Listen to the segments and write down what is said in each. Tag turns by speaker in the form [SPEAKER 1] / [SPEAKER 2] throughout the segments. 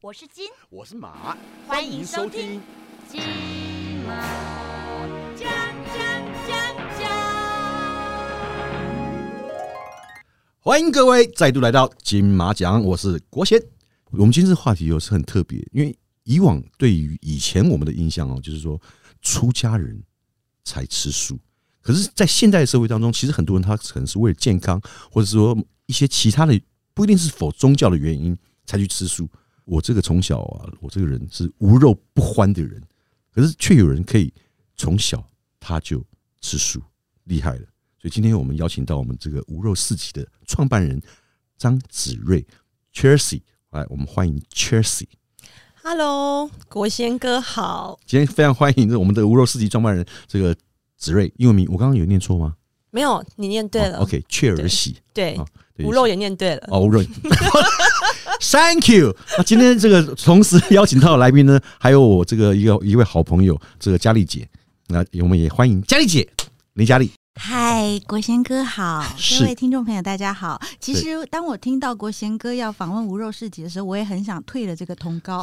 [SPEAKER 1] 我是金，
[SPEAKER 2] 我是马，
[SPEAKER 1] 欢迎收听金马讲讲讲讲。
[SPEAKER 2] 欢迎各位再度来到金马奖，我是国贤。我们今天这话题有是很特别，因为以往对于以前我们的印象哦，就是说出家人才吃素。可是，在现代的社会当中，其实很多人他可能是为了健康，或者是说一些其他的，不一定是否宗教的原因才去吃素。我这个从小啊，我这个人是无肉不欢的人，可是却有人可以从小他就吃素，厉害了。所以今天我们邀请到我们这个无肉四级的创办人张子睿 Chelsea，来，我们欢迎 Chelsea。
[SPEAKER 3] Hello，国贤哥好，
[SPEAKER 2] 今天非常欢迎这我们的无肉四级创办人这个子睿，英文名我刚刚有念错吗？
[SPEAKER 3] 没有你念对了、
[SPEAKER 2] 哦、，OK，雀儿喜，
[SPEAKER 3] 对
[SPEAKER 2] 啊，对
[SPEAKER 3] 无肉也念对了，
[SPEAKER 2] 哦，无肉。Thank you。那今天这个同时邀请到的来宾呢，还有我这个一个一位好朋友，这个佳丽姐。那我们也欢迎佳丽姐，林佳丽。
[SPEAKER 4] 嗨，国贤哥 好，
[SPEAKER 2] 是
[SPEAKER 4] 各位听众朋友大家好。其实当我听到国贤哥要访问无肉市集的时候，我也很想退了这个通告。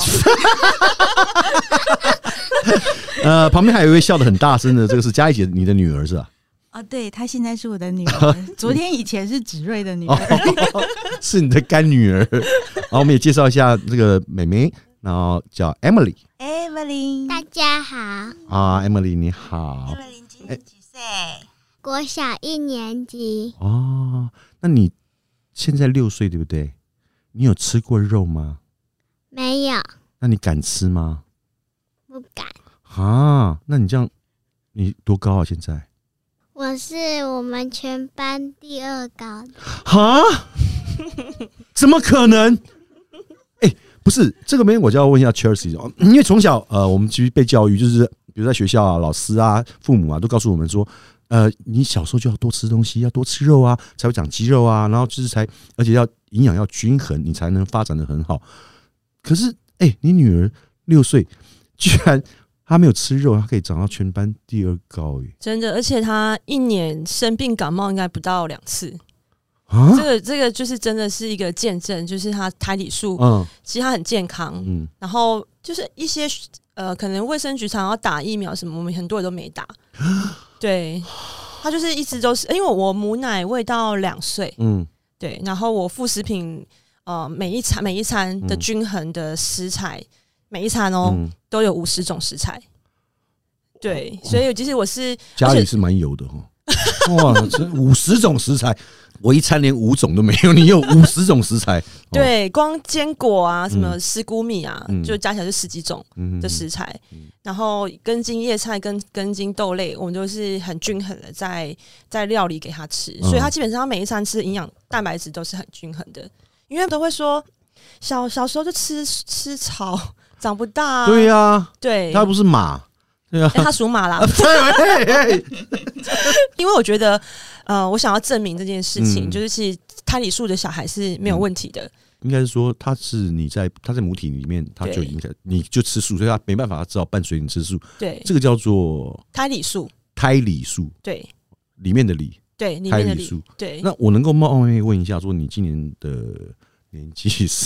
[SPEAKER 2] 呃，旁边还有一位笑得很大声的，这个是佳丽姐，你的女儿是吧？
[SPEAKER 4] 啊，对，她现在是我的女 儿，昨天以前是子睿的女
[SPEAKER 2] 哦
[SPEAKER 4] 儿。，
[SPEAKER 2] 是你的干女儿。好，我们也介绍一下这个妹妹，然后叫 Emily
[SPEAKER 4] Evelyn，
[SPEAKER 5] 大家好，
[SPEAKER 2] 啊，Emily 你好
[SPEAKER 4] Evelyn 今
[SPEAKER 2] 年
[SPEAKER 4] 几岁？
[SPEAKER 5] 国小一年级，
[SPEAKER 2] 哦。那你现在六岁对不对？你有吃过肉吗？
[SPEAKER 5] 没有
[SPEAKER 2] 那你敢吃吗？
[SPEAKER 5] 不敢。
[SPEAKER 2] 啊，那你这样你多高啊？现在
[SPEAKER 5] 我是我们全班第二高的，
[SPEAKER 2] 啊？怎么可能？哎、不是这个边我就要问一下 Chelsea，哦因为从小呃，我们其实被教育就是，比如在学校啊，老师啊、父母啊，都告诉我们说，呃，你小时候就要多吃东西，要多吃肉啊，才会长肌肉啊，然后就是才，而且要营养要均衡，你才能发展的很好。可是，哎、你女儿六岁，居然她没有吃肉，她可以长到全班第二高、耶
[SPEAKER 3] 真的，而且他一年生病感冒应该不到两次，
[SPEAKER 2] 啊
[SPEAKER 3] 这，个这个就是真的是一个见证，就是他胎里素、
[SPEAKER 2] 嗯
[SPEAKER 3] 其实他很健康，
[SPEAKER 2] 嗯，
[SPEAKER 3] 然后就是一些呃可能卫生局常要打疫苗什么，我们很多人都没 打，对。他就是一直都是，因为我母奶喂到两岁，
[SPEAKER 2] 嗯，
[SPEAKER 3] 对，然后我副食品呃每一餐每一餐的
[SPEAKER 2] 嗯
[SPEAKER 3] 均衡的食材，每一餐哦、
[SPEAKER 2] 嗯，
[SPEAKER 3] 都有五十种食材。对，所以其实我是
[SPEAKER 2] 家里是蛮油的 哈。哇，这五十种食材，我一餐连五种都没有，你有 五十种食材，哦
[SPEAKER 3] 对光坚果啊，什么
[SPEAKER 2] 嗯
[SPEAKER 3] 石谷米啊，
[SPEAKER 2] 嗯
[SPEAKER 3] 就加起来就十几种
[SPEAKER 2] 嗯
[SPEAKER 3] 的食材，
[SPEAKER 2] 嗯
[SPEAKER 3] 然后根茎叶菜跟根茎豆类，我们都是很均衡的在在料理给他吃，
[SPEAKER 2] 嗯
[SPEAKER 3] 所以他基本上每一餐吃的营养蛋白质都是很均衡的，因为都会说小小时候就吃吃草长不大、啊，
[SPEAKER 2] 对呀，
[SPEAKER 3] 对，
[SPEAKER 2] 他不是马，对 啊，
[SPEAKER 3] 但哎他属马啦， 因为我觉得，呃，我想要证明这件事情，
[SPEAKER 2] 嗯
[SPEAKER 3] 就是其实胎里素的小孩是没有问题的，
[SPEAKER 2] 应该是说他是你在他在母体里面，他就
[SPEAKER 3] 对哎
[SPEAKER 2] 应该你就吃素，所以他没办法，他只好伴随你吃素，
[SPEAKER 3] 对，
[SPEAKER 2] 这个叫做
[SPEAKER 3] 胎里素，
[SPEAKER 2] 胎里素
[SPEAKER 3] 对
[SPEAKER 2] 里面的里。
[SPEAKER 3] 对，里
[SPEAKER 2] 胎
[SPEAKER 3] 面的哎
[SPEAKER 2] 里
[SPEAKER 3] 里，
[SPEAKER 2] 素，
[SPEAKER 3] 对，
[SPEAKER 2] 那我能够冒昧问一下，说你今年的年纪 是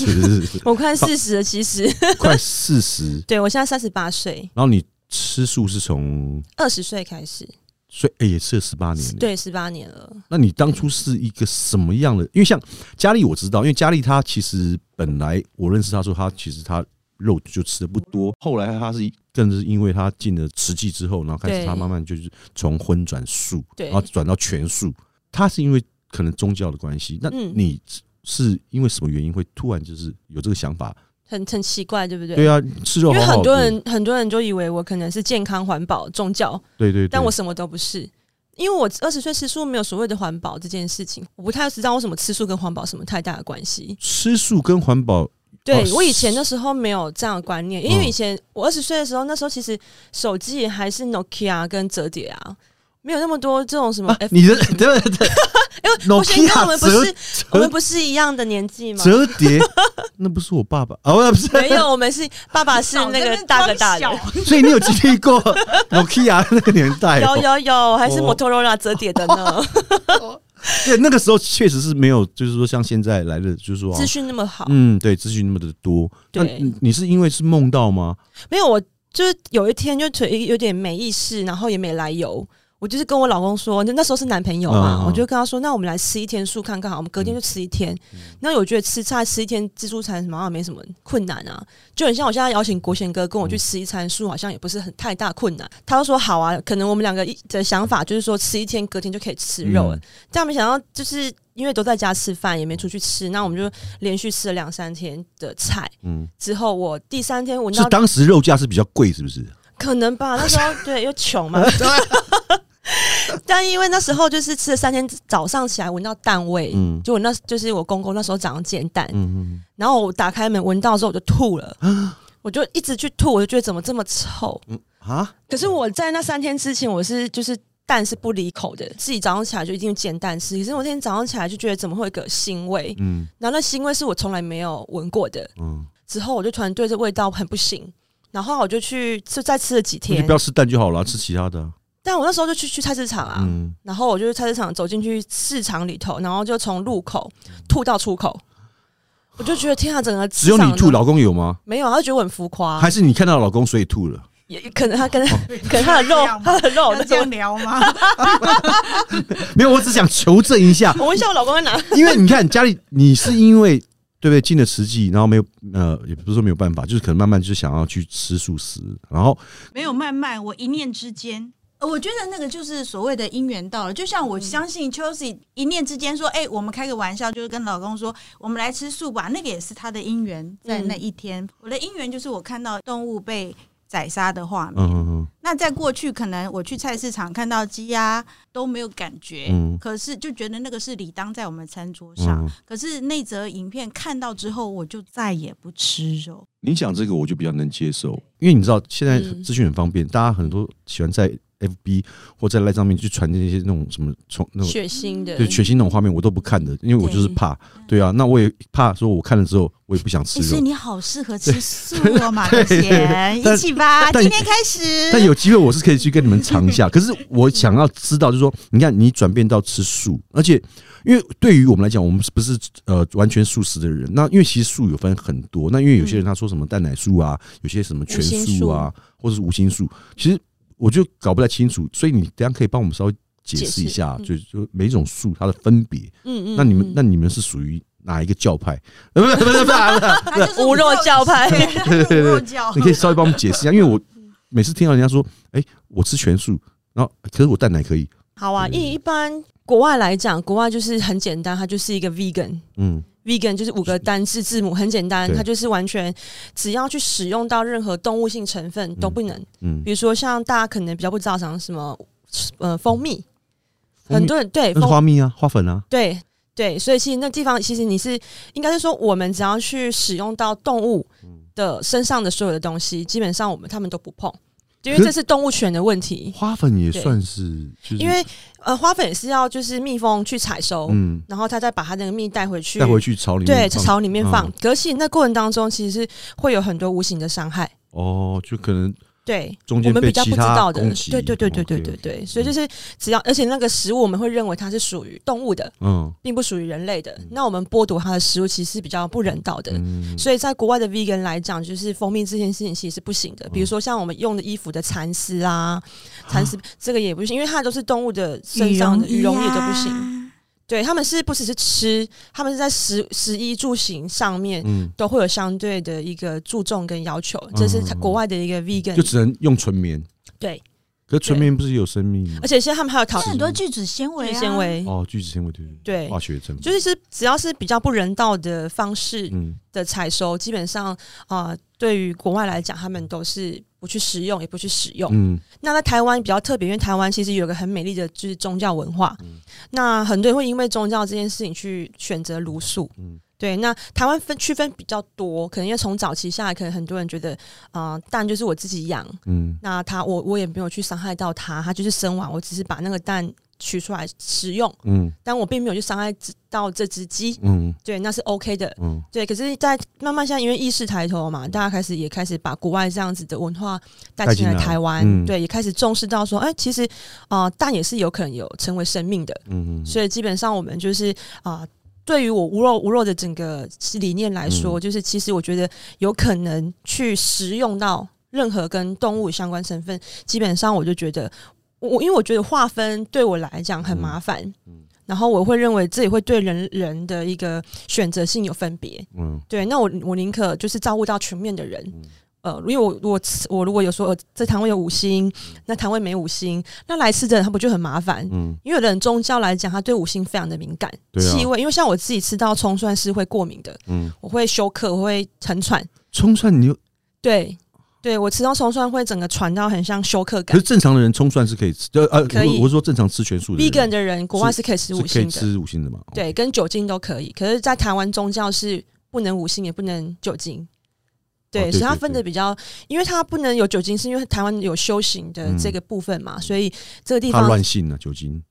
[SPEAKER 3] 我快四十了，其实，
[SPEAKER 2] 快四十，
[SPEAKER 3] 对我现在三十八岁，
[SPEAKER 2] 然后你吃素是从
[SPEAKER 3] 二十岁开始，
[SPEAKER 2] 所以、欸、也吃了十八年了。，
[SPEAKER 3] 对，十八年了，
[SPEAKER 2] 那你当初是一个什么样的？因为像佳丽，我知道，因为佳丽她其实本来我认识她说，她其实她肉就吃的不多，
[SPEAKER 3] 嗯
[SPEAKER 2] 后来她是更是因为她进了慈济之后，然后开始
[SPEAKER 3] 对
[SPEAKER 2] 她慢慢就是从荤转素，
[SPEAKER 3] 对
[SPEAKER 2] 然后转到全素。她是因为可能宗教的关系，那
[SPEAKER 3] 嗯
[SPEAKER 2] 你是因为什么原因会突然就是有这个想法？
[SPEAKER 3] 很很奇怪，对不对？
[SPEAKER 2] 对啊，吃肉
[SPEAKER 3] 因为
[SPEAKER 2] 好好
[SPEAKER 3] 很多
[SPEAKER 2] 的
[SPEAKER 3] 人很多人就以为我可能是健康环保宗教，
[SPEAKER 2] 对对对，
[SPEAKER 3] 但我什么都不是。因为我二十岁吃素没有所谓的环保这件事情，我不太知道为什么吃素跟环保什么太大的关系。
[SPEAKER 2] 吃素跟环保
[SPEAKER 3] 对、
[SPEAKER 2] 哦
[SPEAKER 3] 我以前的时候没有这样的观念，因为
[SPEAKER 2] 嗯
[SPEAKER 3] 以前我二十岁的时候，那时候其实手机也还是 Nokia 跟折叠啊，没有那么多这种什么
[SPEAKER 2] 啊
[SPEAKER 3] F。
[SPEAKER 2] 你的对对对，
[SPEAKER 3] 因为我先跟我们不
[SPEAKER 2] 折
[SPEAKER 3] 是我
[SPEAKER 2] 折
[SPEAKER 3] 们不是一样的年纪吗？
[SPEAKER 2] 折叠，那不是我爸爸哦， 不是，
[SPEAKER 3] 没有，我们是爸爸是那个大哥大的，
[SPEAKER 2] 所以你有经历过 Nokia 那个年代、
[SPEAKER 3] 有
[SPEAKER 2] 哦？
[SPEAKER 3] 有有，还是
[SPEAKER 2] 哦
[SPEAKER 3] Motorola 折叠的呢。
[SPEAKER 2] 对，那个时候确实是没有，就是说像现在来的，就是说啊
[SPEAKER 3] 资讯那么好，
[SPEAKER 2] 嗯，对，资讯那么的多。那
[SPEAKER 3] 对
[SPEAKER 2] 你你是因为是梦到吗？
[SPEAKER 3] 没有我就是有一天就腿有点没意识，然后也没来由。我就是跟我老公说，那那时候是男朋友
[SPEAKER 2] 嗯
[SPEAKER 3] 嘛，
[SPEAKER 2] 嗯嗯
[SPEAKER 3] 我就跟他说，那我们来吃一天素看看好，我们隔天就吃一天。
[SPEAKER 2] 嗯
[SPEAKER 3] 那、我觉得吃菜吃一天自助餐什么好像啊没什么困难啊，就很像我现在邀请国贤哥跟我去吃一餐素，好像也不是很太大困难。他就说好啊，可能我们两个一的想法就是说吃一天，隔天就可以吃肉了。
[SPEAKER 2] 嗯
[SPEAKER 3] 但没想到就是因为都在家吃饭，也没出去吃，那我们就连续吃了两三天的菜。
[SPEAKER 2] 嗯，
[SPEAKER 3] 之后我第三天闻
[SPEAKER 2] 是
[SPEAKER 3] 到
[SPEAKER 2] 当时肉价是比较贵，是不是？
[SPEAKER 3] 可能吧，那时候 对又穷嘛。 但因为那时候就是吃了三天，早上起来闻到蛋味，
[SPEAKER 2] 嗯
[SPEAKER 3] 就我那就是我公公那时候长了煎蛋，
[SPEAKER 2] 嗯
[SPEAKER 3] 然后我打开门闻到之后我就 吐了，我就一直去吐，我就觉得怎么这么臭。
[SPEAKER 2] 嗯嗯啊，
[SPEAKER 3] 可是我在那三天之前，我是就是蛋是不离口的，自己早上起来就一定煎蛋吃。可是我那天早上起来就觉得怎么会有一个腥味，
[SPEAKER 2] 嗯
[SPEAKER 3] 然后那腥味是我从来没有闻过的。
[SPEAKER 2] 嗯，
[SPEAKER 3] 之后我就突然对这味道很不行，然后我就去就再吃了几
[SPEAKER 2] 那
[SPEAKER 3] 天
[SPEAKER 2] 就不，要吃蛋就好了，吃其他的啊。
[SPEAKER 3] 但我那时候就去去菜市场啊，
[SPEAKER 2] 嗯，
[SPEAKER 3] 然后我就去菜市场走进去市场里头，然后就从入口吐到出口，我就觉得 天啊，整个
[SPEAKER 2] 嗯只有你吐，
[SPEAKER 3] 了，
[SPEAKER 2] 老公有吗？
[SPEAKER 3] 没有啊，他觉得我很浮夸
[SPEAKER 2] 还，是哦你看到老公所以吐了？
[SPEAKER 3] 也也可能他跟 可能他的肉
[SPEAKER 4] 这样吗
[SPEAKER 3] 他的肉
[SPEAKER 4] 要这样聊吗？
[SPEAKER 2] 没有，我只想求证一下，
[SPEAKER 3] 我问一下我老公在 哪？
[SPEAKER 2] 因为你看家里，你是因为对不对进了慈济，然后没有呃，也不是说没有办法，就是可能慢慢就想要去吃素食，然后
[SPEAKER 4] 没有慢慢，我一念之间。呃我觉得那个就是所谓的姻缘到了，就像我相信 Chelsea 一念之间说：“哎、我们开个玩笑，就是跟老公说我们来吃素吧。”那个也是她的姻缘，在那一天，我的姻缘就是我看到动物被宰杀的画面。
[SPEAKER 2] 嗯嗯
[SPEAKER 4] 那在过去，可能我去菜市场看到鸡鸭都没有感觉，
[SPEAKER 2] 嗯
[SPEAKER 4] 可是就觉得那个是理当在我们餐桌
[SPEAKER 2] 嗯
[SPEAKER 4] 上。
[SPEAKER 2] 嗯，
[SPEAKER 4] 可是那则影片看到之后，我就再也不吃肉。
[SPEAKER 2] 你讲这个我就比较能接受，因为你知道现在
[SPEAKER 3] 嗯
[SPEAKER 2] 资讯很方便，大家很多喜欢在 FB 或在 Line 上面去传那些那种什么从那种
[SPEAKER 3] 血腥的，
[SPEAKER 2] 对全新那种画面，我都不看的，因为我就是怕，对啊，那我也怕说我看了之后我也不想吃
[SPEAKER 4] 欸、所以
[SPEAKER 2] 肉，
[SPEAKER 4] 你好适合吃素 哦，马克
[SPEAKER 2] 对
[SPEAKER 4] 贤，
[SPEAKER 2] 但
[SPEAKER 4] 一起吧，
[SPEAKER 2] 但
[SPEAKER 4] 今天开始。
[SPEAKER 2] 但有机会我是可以去跟你们尝一 下。可是我想要知道，就是说，你看你转变到吃素，而且因为对于我们来讲，我们是不是呃完全素食的人？那因为其实素有分很多，那因为有些人他说什么蛋奶素啊，有些什么全素啊，或者是无心素，其实我就搞不太清楚。所以你等一下可以帮我们稍微解释嗯一下，就
[SPEAKER 3] 解
[SPEAKER 2] 就每种素它的分别。
[SPEAKER 3] 嗯嗯
[SPEAKER 2] 那你们
[SPEAKER 3] 嗯
[SPEAKER 2] 那你们是属于哪一个教派？ 不是不是不是不是。
[SPEAKER 4] 他就是
[SPEAKER 3] 无肉教派
[SPEAKER 4] 对他就是 无肉教
[SPEAKER 2] 哦你可以稍微帮我们解释一下，因为我每次听到人家说，哎、我吃全素，然后可是我蛋奶可以，
[SPEAKER 3] 好啊，
[SPEAKER 2] 对
[SPEAKER 3] 一一般国外来讲，国外就是很简单，它就是一个 vegan。
[SPEAKER 2] 嗯
[SPEAKER 3] vegan 就是五个单字字母，很简单，
[SPEAKER 2] 对
[SPEAKER 3] 它就是完全只要去使用到任何动物性成分都不能。
[SPEAKER 2] 嗯
[SPEAKER 3] 比，如说像大家可能比较不知道像什么呃蜂蜜，
[SPEAKER 2] 蜂蜜
[SPEAKER 3] 很多人
[SPEAKER 2] 那
[SPEAKER 3] 对
[SPEAKER 2] 是
[SPEAKER 3] 蜂
[SPEAKER 2] 花蜜啊，花粉啊，
[SPEAKER 3] 对对，所以其实那地方其实你是应该是说，我们只要去使用到动物
[SPEAKER 2] 嗯
[SPEAKER 3] 的身上的所有的东西，基本上我们他们都不碰，因为
[SPEAKER 2] 可是
[SPEAKER 3] 这是动物权的问题。
[SPEAKER 2] 花粉也
[SPEAKER 3] 对
[SPEAKER 2] 算是，就是
[SPEAKER 3] 因为呃花粉也是要就是蜜蜂去采收，
[SPEAKER 2] 嗯，
[SPEAKER 3] 然后它再把它那个蜜带回去，
[SPEAKER 2] 带回去巢里面
[SPEAKER 3] 对，
[SPEAKER 2] 放
[SPEAKER 3] 朝里面放
[SPEAKER 2] 嗯。
[SPEAKER 3] 可是其实那过程当中，其实是会有很多无形的伤害。
[SPEAKER 2] 哦，就可能
[SPEAKER 3] 对，
[SPEAKER 2] 中
[SPEAKER 3] 我
[SPEAKER 2] 间
[SPEAKER 3] 们
[SPEAKER 2] 被
[SPEAKER 3] 比较
[SPEAKER 2] 其
[SPEAKER 3] 不知
[SPEAKER 2] 他
[SPEAKER 3] 道的
[SPEAKER 2] 攻，击，
[SPEAKER 3] 对对对对
[SPEAKER 2] 哦
[SPEAKER 3] 对
[SPEAKER 2] ，OK，
[SPEAKER 3] 对对，所以就是只要，而且那个食物我们会认为它是属于动物的，
[SPEAKER 2] 嗯
[SPEAKER 3] 并不属于人类的。那我们剥夺它的食物，其实是比较不人道的。
[SPEAKER 2] 嗯，
[SPEAKER 3] 所以在国外的 vegan 来讲，就是蜂蜜这件事情其实是不行
[SPEAKER 2] 嗯
[SPEAKER 3] 的。比如说像我们用的衣服的蚕丝啊，蚕丝这个也不行，因为它都是动物的身上
[SPEAKER 2] 啊
[SPEAKER 3] 的羽绒也都不行。
[SPEAKER 4] 行。
[SPEAKER 3] 对他们是不只是吃，他们是在食食衣住行上面
[SPEAKER 2] 嗯，
[SPEAKER 3] 都会有相对的一个注重跟要求，这是它
[SPEAKER 2] 嗯
[SPEAKER 3] 国外的一个 vegan，
[SPEAKER 2] 就只能用纯棉，
[SPEAKER 3] 对，
[SPEAKER 2] 可是纯棉不是有生命吗
[SPEAKER 3] 而？且现在他们还有讨
[SPEAKER 4] 现在很多聚酯纤维
[SPEAKER 3] 聚
[SPEAKER 4] 啊，
[SPEAKER 3] 纤维，
[SPEAKER 2] 哦，聚酯纤维对对
[SPEAKER 3] 对
[SPEAKER 2] 化学成分
[SPEAKER 3] 就是是只要是比较不人道的方式
[SPEAKER 2] 嗯
[SPEAKER 3] 的采收，基本上啊、呃对于国外来讲，他们都是不去食用，也不去使用。
[SPEAKER 2] 嗯
[SPEAKER 3] 那在台湾比较特别，因为台湾其实有个很美丽的就是宗教文化，
[SPEAKER 2] 嗯
[SPEAKER 3] 那很多人会因为宗教这件事情去选择茹素。
[SPEAKER 2] 嗯
[SPEAKER 3] 对，那台湾分区分比较多，可能因为从早期下来，可能很多人觉得啊、呃蛋就是我自己养，
[SPEAKER 2] 嗯
[SPEAKER 3] 那他我我也没有去伤害到他，他就是生完，我只是把那个蛋取出来食用，
[SPEAKER 2] 嗯
[SPEAKER 3] 但我并没有去伤害只到这只鸡，
[SPEAKER 2] 嗯
[SPEAKER 3] 对，那是 OK 的。
[SPEAKER 2] 嗯
[SPEAKER 3] 对，可是，在慢慢现在因为意识抬头嘛，大家开始也开始把国外这样子的文化带进来
[SPEAKER 2] 带进来
[SPEAKER 3] 台湾，
[SPEAKER 2] 嗯
[SPEAKER 3] 对，也开始重视到说，哎、其实啊、呃蛋也是有可能有成为生命的，
[SPEAKER 2] 嗯嗯，
[SPEAKER 3] 所以基本上我们就是啊、对于我无肉无肉的整个理念来
[SPEAKER 2] 嗯
[SPEAKER 3] 说，就是其实我觉得有可能去食用到任何跟动物相关成分，基本上我就觉得我因为我觉得划分对我来讲很麻烦，
[SPEAKER 2] 嗯嗯
[SPEAKER 3] 然后我会认为这也会对人人的一个选择性有分别，
[SPEAKER 2] 嗯
[SPEAKER 3] 对，那我我宁可就是照顾到全面的人。
[SPEAKER 2] 嗯
[SPEAKER 3] 呃，因为我我我如果有说呃这摊位有五
[SPEAKER 2] 嗯
[SPEAKER 3] 星，那摊位没五星，那来吃的人他不就很麻烦？
[SPEAKER 2] 嗯
[SPEAKER 3] 因为有的人宗教来讲，他对五星非常的敏感，
[SPEAKER 2] 对啊
[SPEAKER 3] 气味。因为像我自己吃到葱蒜是会过敏的，
[SPEAKER 2] 嗯，
[SPEAKER 3] 我会休克，我会很喘。
[SPEAKER 2] 葱蒜你有，
[SPEAKER 3] 对，对我吃到葱蒜会整个喘到很像休克
[SPEAKER 2] 可
[SPEAKER 3] 感
[SPEAKER 2] 是。正常的人葱蒜是可以吃，呃呃，
[SPEAKER 3] 可以
[SPEAKER 2] 我我是说正常吃全素的
[SPEAKER 3] vegan
[SPEAKER 2] 人
[SPEAKER 3] 的人国外是可以吃
[SPEAKER 2] 是
[SPEAKER 3] 五
[SPEAKER 2] 可以
[SPEAKER 3] 星的，
[SPEAKER 2] 吃五星的嘛？哦
[SPEAKER 3] 对，跟酒精都可以。可是，在台湾宗教是不能五星，也不能酒精。对，
[SPEAKER 2] 哦对
[SPEAKER 3] 所以它
[SPEAKER 2] 对
[SPEAKER 3] 分
[SPEAKER 2] 对
[SPEAKER 3] 的比较，因为它不能有酒精，是因为台湾有修行的
[SPEAKER 2] 嗯
[SPEAKER 3] 这个部分嘛，所以这个地
[SPEAKER 2] 怕
[SPEAKER 3] 方
[SPEAKER 2] 乱性啊，酒精。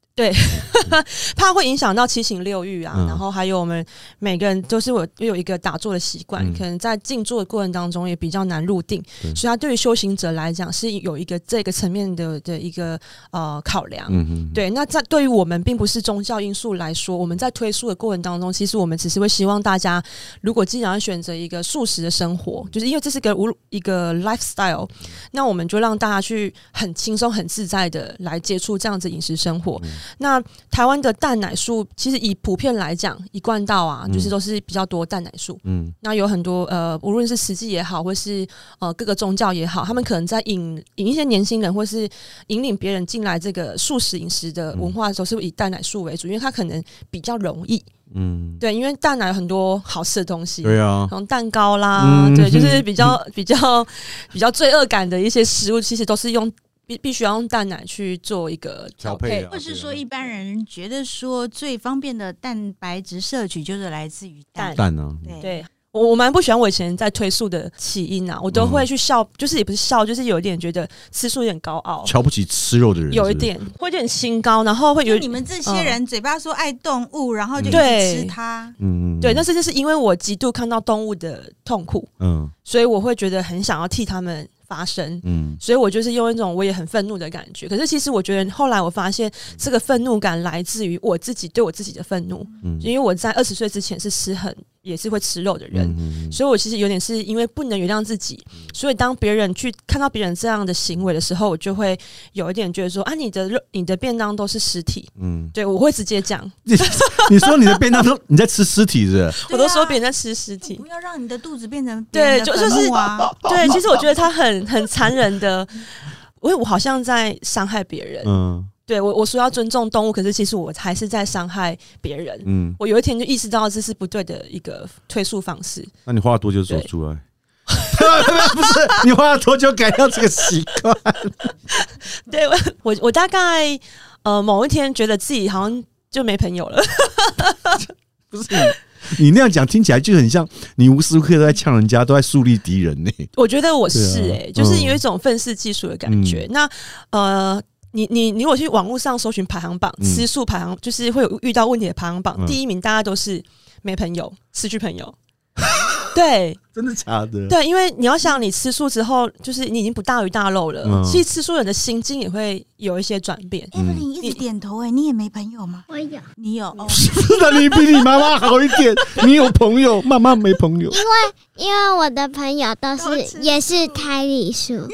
[SPEAKER 3] 怕会影响到七情六欲啊，
[SPEAKER 2] 嗯
[SPEAKER 3] 然后还有我们每个人都是我有一个打坐的习惯，
[SPEAKER 2] 嗯
[SPEAKER 3] 可能在静坐的过程当中也比较难入定，
[SPEAKER 2] 对
[SPEAKER 3] 所以它对于修行者来讲是有一个这个层面的的一个呃考量。
[SPEAKER 2] 嗯嗯，
[SPEAKER 3] 对，那在对于我们并不是宗教因素来说，我们在推出的过程当中，其实我们只是会希望大家，如果既然要选择一个素食的生
[SPEAKER 2] 嗯
[SPEAKER 3] 活，就是因为这是个无一个 lifestyle，那我们就让大家去很轻松、很自在的来接触这样子饮食生活。
[SPEAKER 2] 嗯
[SPEAKER 3] 那台湾的蛋奶素，其实以普遍来讲，一贯道啊，就是
[SPEAKER 2] 嗯
[SPEAKER 3] 都是比较多蛋奶素。
[SPEAKER 2] 嗯
[SPEAKER 3] 那有很多呃，无论是实际也好，或是呃各个宗教也好，他们可能在引引一些年轻人，或是引领别人进来这个素食饮食的
[SPEAKER 2] 嗯
[SPEAKER 3] 文化的时候，是以蛋奶素为主，因为它可能比较容易。
[SPEAKER 2] 嗯，
[SPEAKER 3] 对，因为蛋奶有很多好吃的东西。
[SPEAKER 2] 对啊，
[SPEAKER 3] 从蛋糕啦，
[SPEAKER 2] 嗯
[SPEAKER 3] 对，就是比较比较比较罪恶感的一些食物，其实都是用必必须要用蛋奶去做一个调配。
[SPEAKER 2] 啊
[SPEAKER 4] 或是说一般人觉得说最方便的蛋白质摄取就是来自于蛋，
[SPEAKER 2] 蛋啊，
[SPEAKER 4] 对
[SPEAKER 3] 对我我蛮不喜欢我以前在推素的起因啊，我都
[SPEAKER 2] 嗯
[SPEAKER 3] 会去笑，就是也不是笑，就是有一点觉得吃素有点高傲，
[SPEAKER 2] 瞧不起吃肉的人，
[SPEAKER 3] 有一
[SPEAKER 2] 是不是
[SPEAKER 3] 点会有点清高，然后会有嗯
[SPEAKER 4] 就你们这些人嘴巴说爱动物，然后就一
[SPEAKER 3] 对
[SPEAKER 4] 直吃它，
[SPEAKER 2] 嗯，嗯，嗯
[SPEAKER 3] 对，那是就是因为我极度看到动物的痛苦，
[SPEAKER 2] 嗯
[SPEAKER 3] 所以我会觉得很想要替他们发声。
[SPEAKER 2] 嗯
[SPEAKER 3] 所以我就是用一种我也很愤怒的感觉，可是其实我觉得后来我发现，这个愤怒感来自于我自己对我自己的愤怒，
[SPEAKER 2] 嗯，
[SPEAKER 3] 因为我在二十岁之前是吃很也是会吃肉的人，
[SPEAKER 2] 嗯，
[SPEAKER 3] 所以我其实有点是因为不能原谅自己，所以当别人去看到别人这样的行为的时候，我就会有一点觉得说啊，你的肉、你的便当都是尸体。
[SPEAKER 2] 嗯，嗯
[SPEAKER 3] 对，我会直接讲，
[SPEAKER 2] 你你说你的便当都你在吃尸体是不 是？
[SPEAKER 4] 对啊
[SPEAKER 3] 我都说别人在吃尸 体
[SPEAKER 4] 不。要让你的肚子变成别
[SPEAKER 3] 对，
[SPEAKER 4] 人
[SPEAKER 3] 就
[SPEAKER 4] 的
[SPEAKER 3] 就
[SPEAKER 4] 坟
[SPEAKER 3] 是
[SPEAKER 4] 墓啊。
[SPEAKER 3] 对，其实我觉得他很很残忍的，因为我好像在伤害别人。
[SPEAKER 2] 嗯
[SPEAKER 3] 对我我说要尊重动物，可是其实我还是在伤害别人。
[SPEAKER 2] 嗯，
[SPEAKER 3] 我有一天就意识到这是不对的一个退诉方式。
[SPEAKER 2] 那你花了多久走出来？ 不是你花了多久改掉这个习惯？
[SPEAKER 3] 对我我我大概呃某一天觉得自己好像就没朋友了。
[SPEAKER 2] 不是你你那样讲听起来就很像你无时无刻都在呛人家，都在树立敌人呢。
[SPEAKER 3] 我觉得我是
[SPEAKER 2] 对啊
[SPEAKER 3] 哎、就是
[SPEAKER 2] 嗯
[SPEAKER 3] 有一种愤世嫉俗的感觉。那呃，你你你如果去网络上搜寻排行榜，
[SPEAKER 2] 嗯
[SPEAKER 3] 吃素排行就是会有遇到问题的排行榜，
[SPEAKER 2] 嗯
[SPEAKER 3] 第一名大家都是没朋友，失去朋友。 对
[SPEAKER 2] 真的假的？
[SPEAKER 3] 对，因为你要想，你吃素之后，就是你已经不大鱼大肉了，
[SPEAKER 2] 嗯
[SPEAKER 3] 其实吃素人的心境也会有一些转变。
[SPEAKER 4] Evelyn 一直点头哎、你也没朋友吗？
[SPEAKER 5] 我有，
[SPEAKER 4] 你有哦，
[SPEAKER 2] 是的，你比你妈妈好一点，你有朋友，妈妈没朋友。
[SPEAKER 5] 因为我的朋友都
[SPEAKER 4] 都
[SPEAKER 5] 是
[SPEAKER 4] 吃
[SPEAKER 5] 也是胎里 素，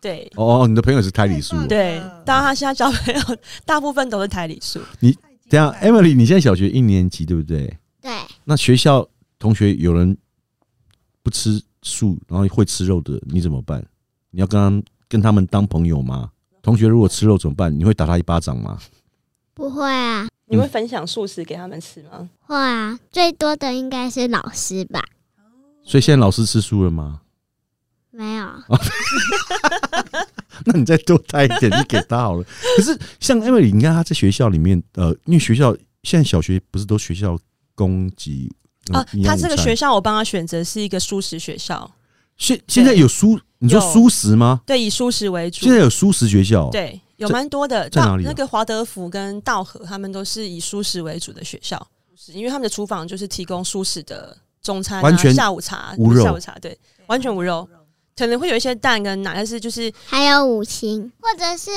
[SPEAKER 3] 对
[SPEAKER 2] 哦，你的朋友是胎里素哦。
[SPEAKER 3] 对，当然他现在交朋友 大部分都是台里素，
[SPEAKER 2] 嗯等一下，Emily，你现在小学一年级对不对？
[SPEAKER 5] 对，
[SPEAKER 2] 那学校同学有人不吃素，然后会吃肉的，你怎么办？你要跟他们跟他们当朋友吗？同学如果吃肉怎么办？你会打他一巴掌吗？
[SPEAKER 5] 不会啊，
[SPEAKER 3] 你会分享素食给他们吃吗？
[SPEAKER 5] 会啊，最多的应该是老师吧？
[SPEAKER 2] 所以现在老师吃素了吗？
[SPEAKER 5] 没有，
[SPEAKER 2] 那你再多带一点，你给他 好了。可是像 Emily，你看他在学校里面，呃，因为学校现在小学不是都学校供给呃
[SPEAKER 3] 啊，
[SPEAKER 2] 嗯
[SPEAKER 3] 他这个学
[SPEAKER 2] 校
[SPEAKER 3] 校我帮他选择是一个素食学校，
[SPEAKER 2] 现现在有素，你说
[SPEAKER 3] 有
[SPEAKER 2] 素食吗？
[SPEAKER 3] 对，以素食为主
[SPEAKER 2] 现。在有素食学校哦，
[SPEAKER 3] 对，有蛮多的。
[SPEAKER 2] 在
[SPEAKER 3] 大
[SPEAKER 2] 哪里啊
[SPEAKER 3] 那个华德福跟道和，他们都是以素食为主的学校，是因为他们的厨房就是提供素食的中餐、啊、
[SPEAKER 2] 完全
[SPEAKER 3] 下午茶、
[SPEAKER 2] 无肉
[SPEAKER 3] 下午茶，对，完全无肉，可能会有一些蛋跟奶，但是就是
[SPEAKER 5] 还有五星，或者是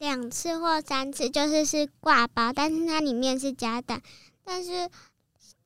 [SPEAKER 5] 两次或三次，就是是挂包，但是它里面是加蛋，但是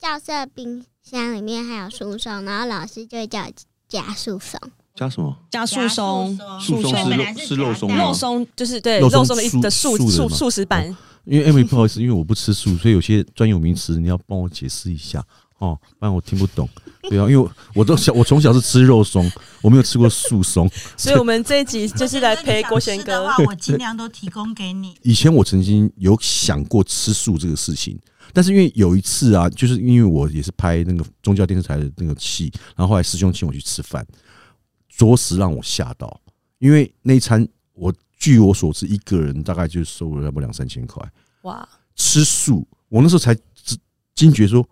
[SPEAKER 5] 校舍冰箱里面还有树松，然后老师就会叫我加树松。
[SPEAKER 2] 加什么？
[SPEAKER 3] 加
[SPEAKER 4] 加
[SPEAKER 3] 松、
[SPEAKER 4] 树
[SPEAKER 3] 松
[SPEAKER 4] 对
[SPEAKER 3] 是
[SPEAKER 4] 本
[SPEAKER 3] 肉
[SPEAKER 4] 来
[SPEAKER 6] 是肉
[SPEAKER 4] 夹
[SPEAKER 6] 松
[SPEAKER 4] 蛋
[SPEAKER 6] 吗
[SPEAKER 3] 肉松，就是对
[SPEAKER 2] 肉松
[SPEAKER 3] 肉松的一
[SPEAKER 2] 素
[SPEAKER 3] 的素
[SPEAKER 2] 素的
[SPEAKER 3] 素
[SPEAKER 2] 嘛哦
[SPEAKER 3] 素食版。
[SPEAKER 2] 因为 Amy 不好意思，因为我不吃素，所以有些专有名词你要帮我解释一下哦，不然我听不懂。对啊，因为我我都小，我从小是吃肉松，我没有吃过素松。。
[SPEAKER 3] 所以我们这一集就是来陪国 贤
[SPEAKER 4] 如
[SPEAKER 3] 哥
[SPEAKER 4] 果你想吃的话，我尽量都提供给你
[SPEAKER 2] 以前我曾经有想过吃素这个事情，但是因为有一次啊，就是因为我也是拍那个宗教电视台的那个戏，然后后来师兄请我去吃饭，着实让我吓到，因为那一餐我据我所知，一个人大概就收了要不两三千块。
[SPEAKER 3] 哇，
[SPEAKER 2] 吃素，我那时候才知惊觉说，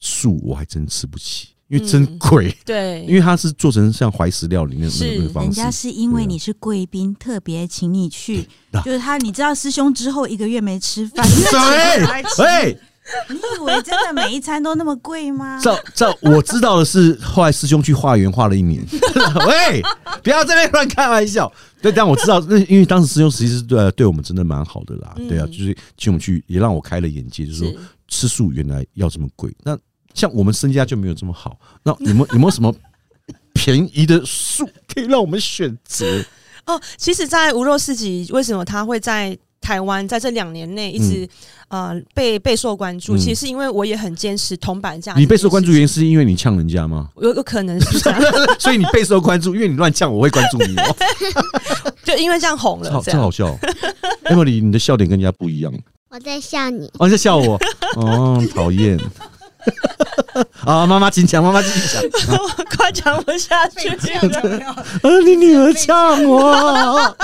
[SPEAKER 2] 素我还真吃不起，因为真贵，
[SPEAKER 3] 对，
[SPEAKER 2] 因为它是做成像怀石料理那那
[SPEAKER 3] 是
[SPEAKER 2] 那个方
[SPEAKER 4] 嗯人
[SPEAKER 2] 式
[SPEAKER 4] 家。是因为你是贵宾，特别请你去
[SPEAKER 2] 啊，
[SPEAKER 4] 就是他，你知道师兄之后一个月没吃 饭，
[SPEAKER 2] 哎哎，
[SPEAKER 4] 你以为真的每一餐都那么贵吗？
[SPEAKER 2] 照照，我知道的是，后来师兄去化缘化了一年。 喂，不要在那边乱开玩笑。对，但我知道，那因为当时师兄其实对对我们真的蛮好的啦。
[SPEAKER 3] 嗯
[SPEAKER 2] 对啊，就是请我们去，也让我开了眼界，就是说
[SPEAKER 3] 是
[SPEAKER 2] 吃素原来要这么贵。那像我们身家就没有这么好，那有没有有没有什么便宜的素可以让我们选择？
[SPEAKER 3] 哦，其实，在无肉市集，为什么它会在台湾在这两年内一直、呃被备受关注？
[SPEAKER 2] 嗯
[SPEAKER 3] 其实是因为我也很坚持铜板价。
[SPEAKER 2] 你备受关注原因是因为你呛人家吗？
[SPEAKER 3] 有有可能是这样，
[SPEAKER 2] 所以你备受关注，因为你乱呛，我会关注 你哦。
[SPEAKER 3] 就因为这样红
[SPEAKER 2] 这好
[SPEAKER 3] 了，这
[SPEAKER 2] 这好
[SPEAKER 3] 样
[SPEAKER 2] 笑哦，Emily，你的笑点跟人家不一样。
[SPEAKER 5] 我在笑你，
[SPEAKER 2] 哦，你在笑 我？哦，讨 厌。啊，妈妈请讲，妈妈请讲。
[SPEAKER 3] 我快讲不下去了。
[SPEAKER 2] 啊，你女儿呛我。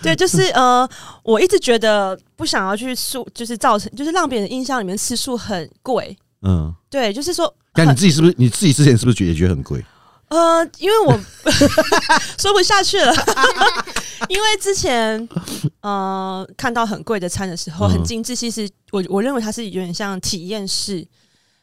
[SPEAKER 3] 对，就是呃，我一直觉得不想要去素，就是造成，就是让别人印象里面吃素很贵。
[SPEAKER 2] 嗯，
[SPEAKER 3] 对，就是说
[SPEAKER 2] 但你自己是不是你自己之前是不是觉得也觉得很贵？
[SPEAKER 3] 呃，因为我 说不下去了， 因为之前呃看到很贵的餐的时候，
[SPEAKER 2] 嗯
[SPEAKER 3] 很精致，其实我我认为它是有点像体验式，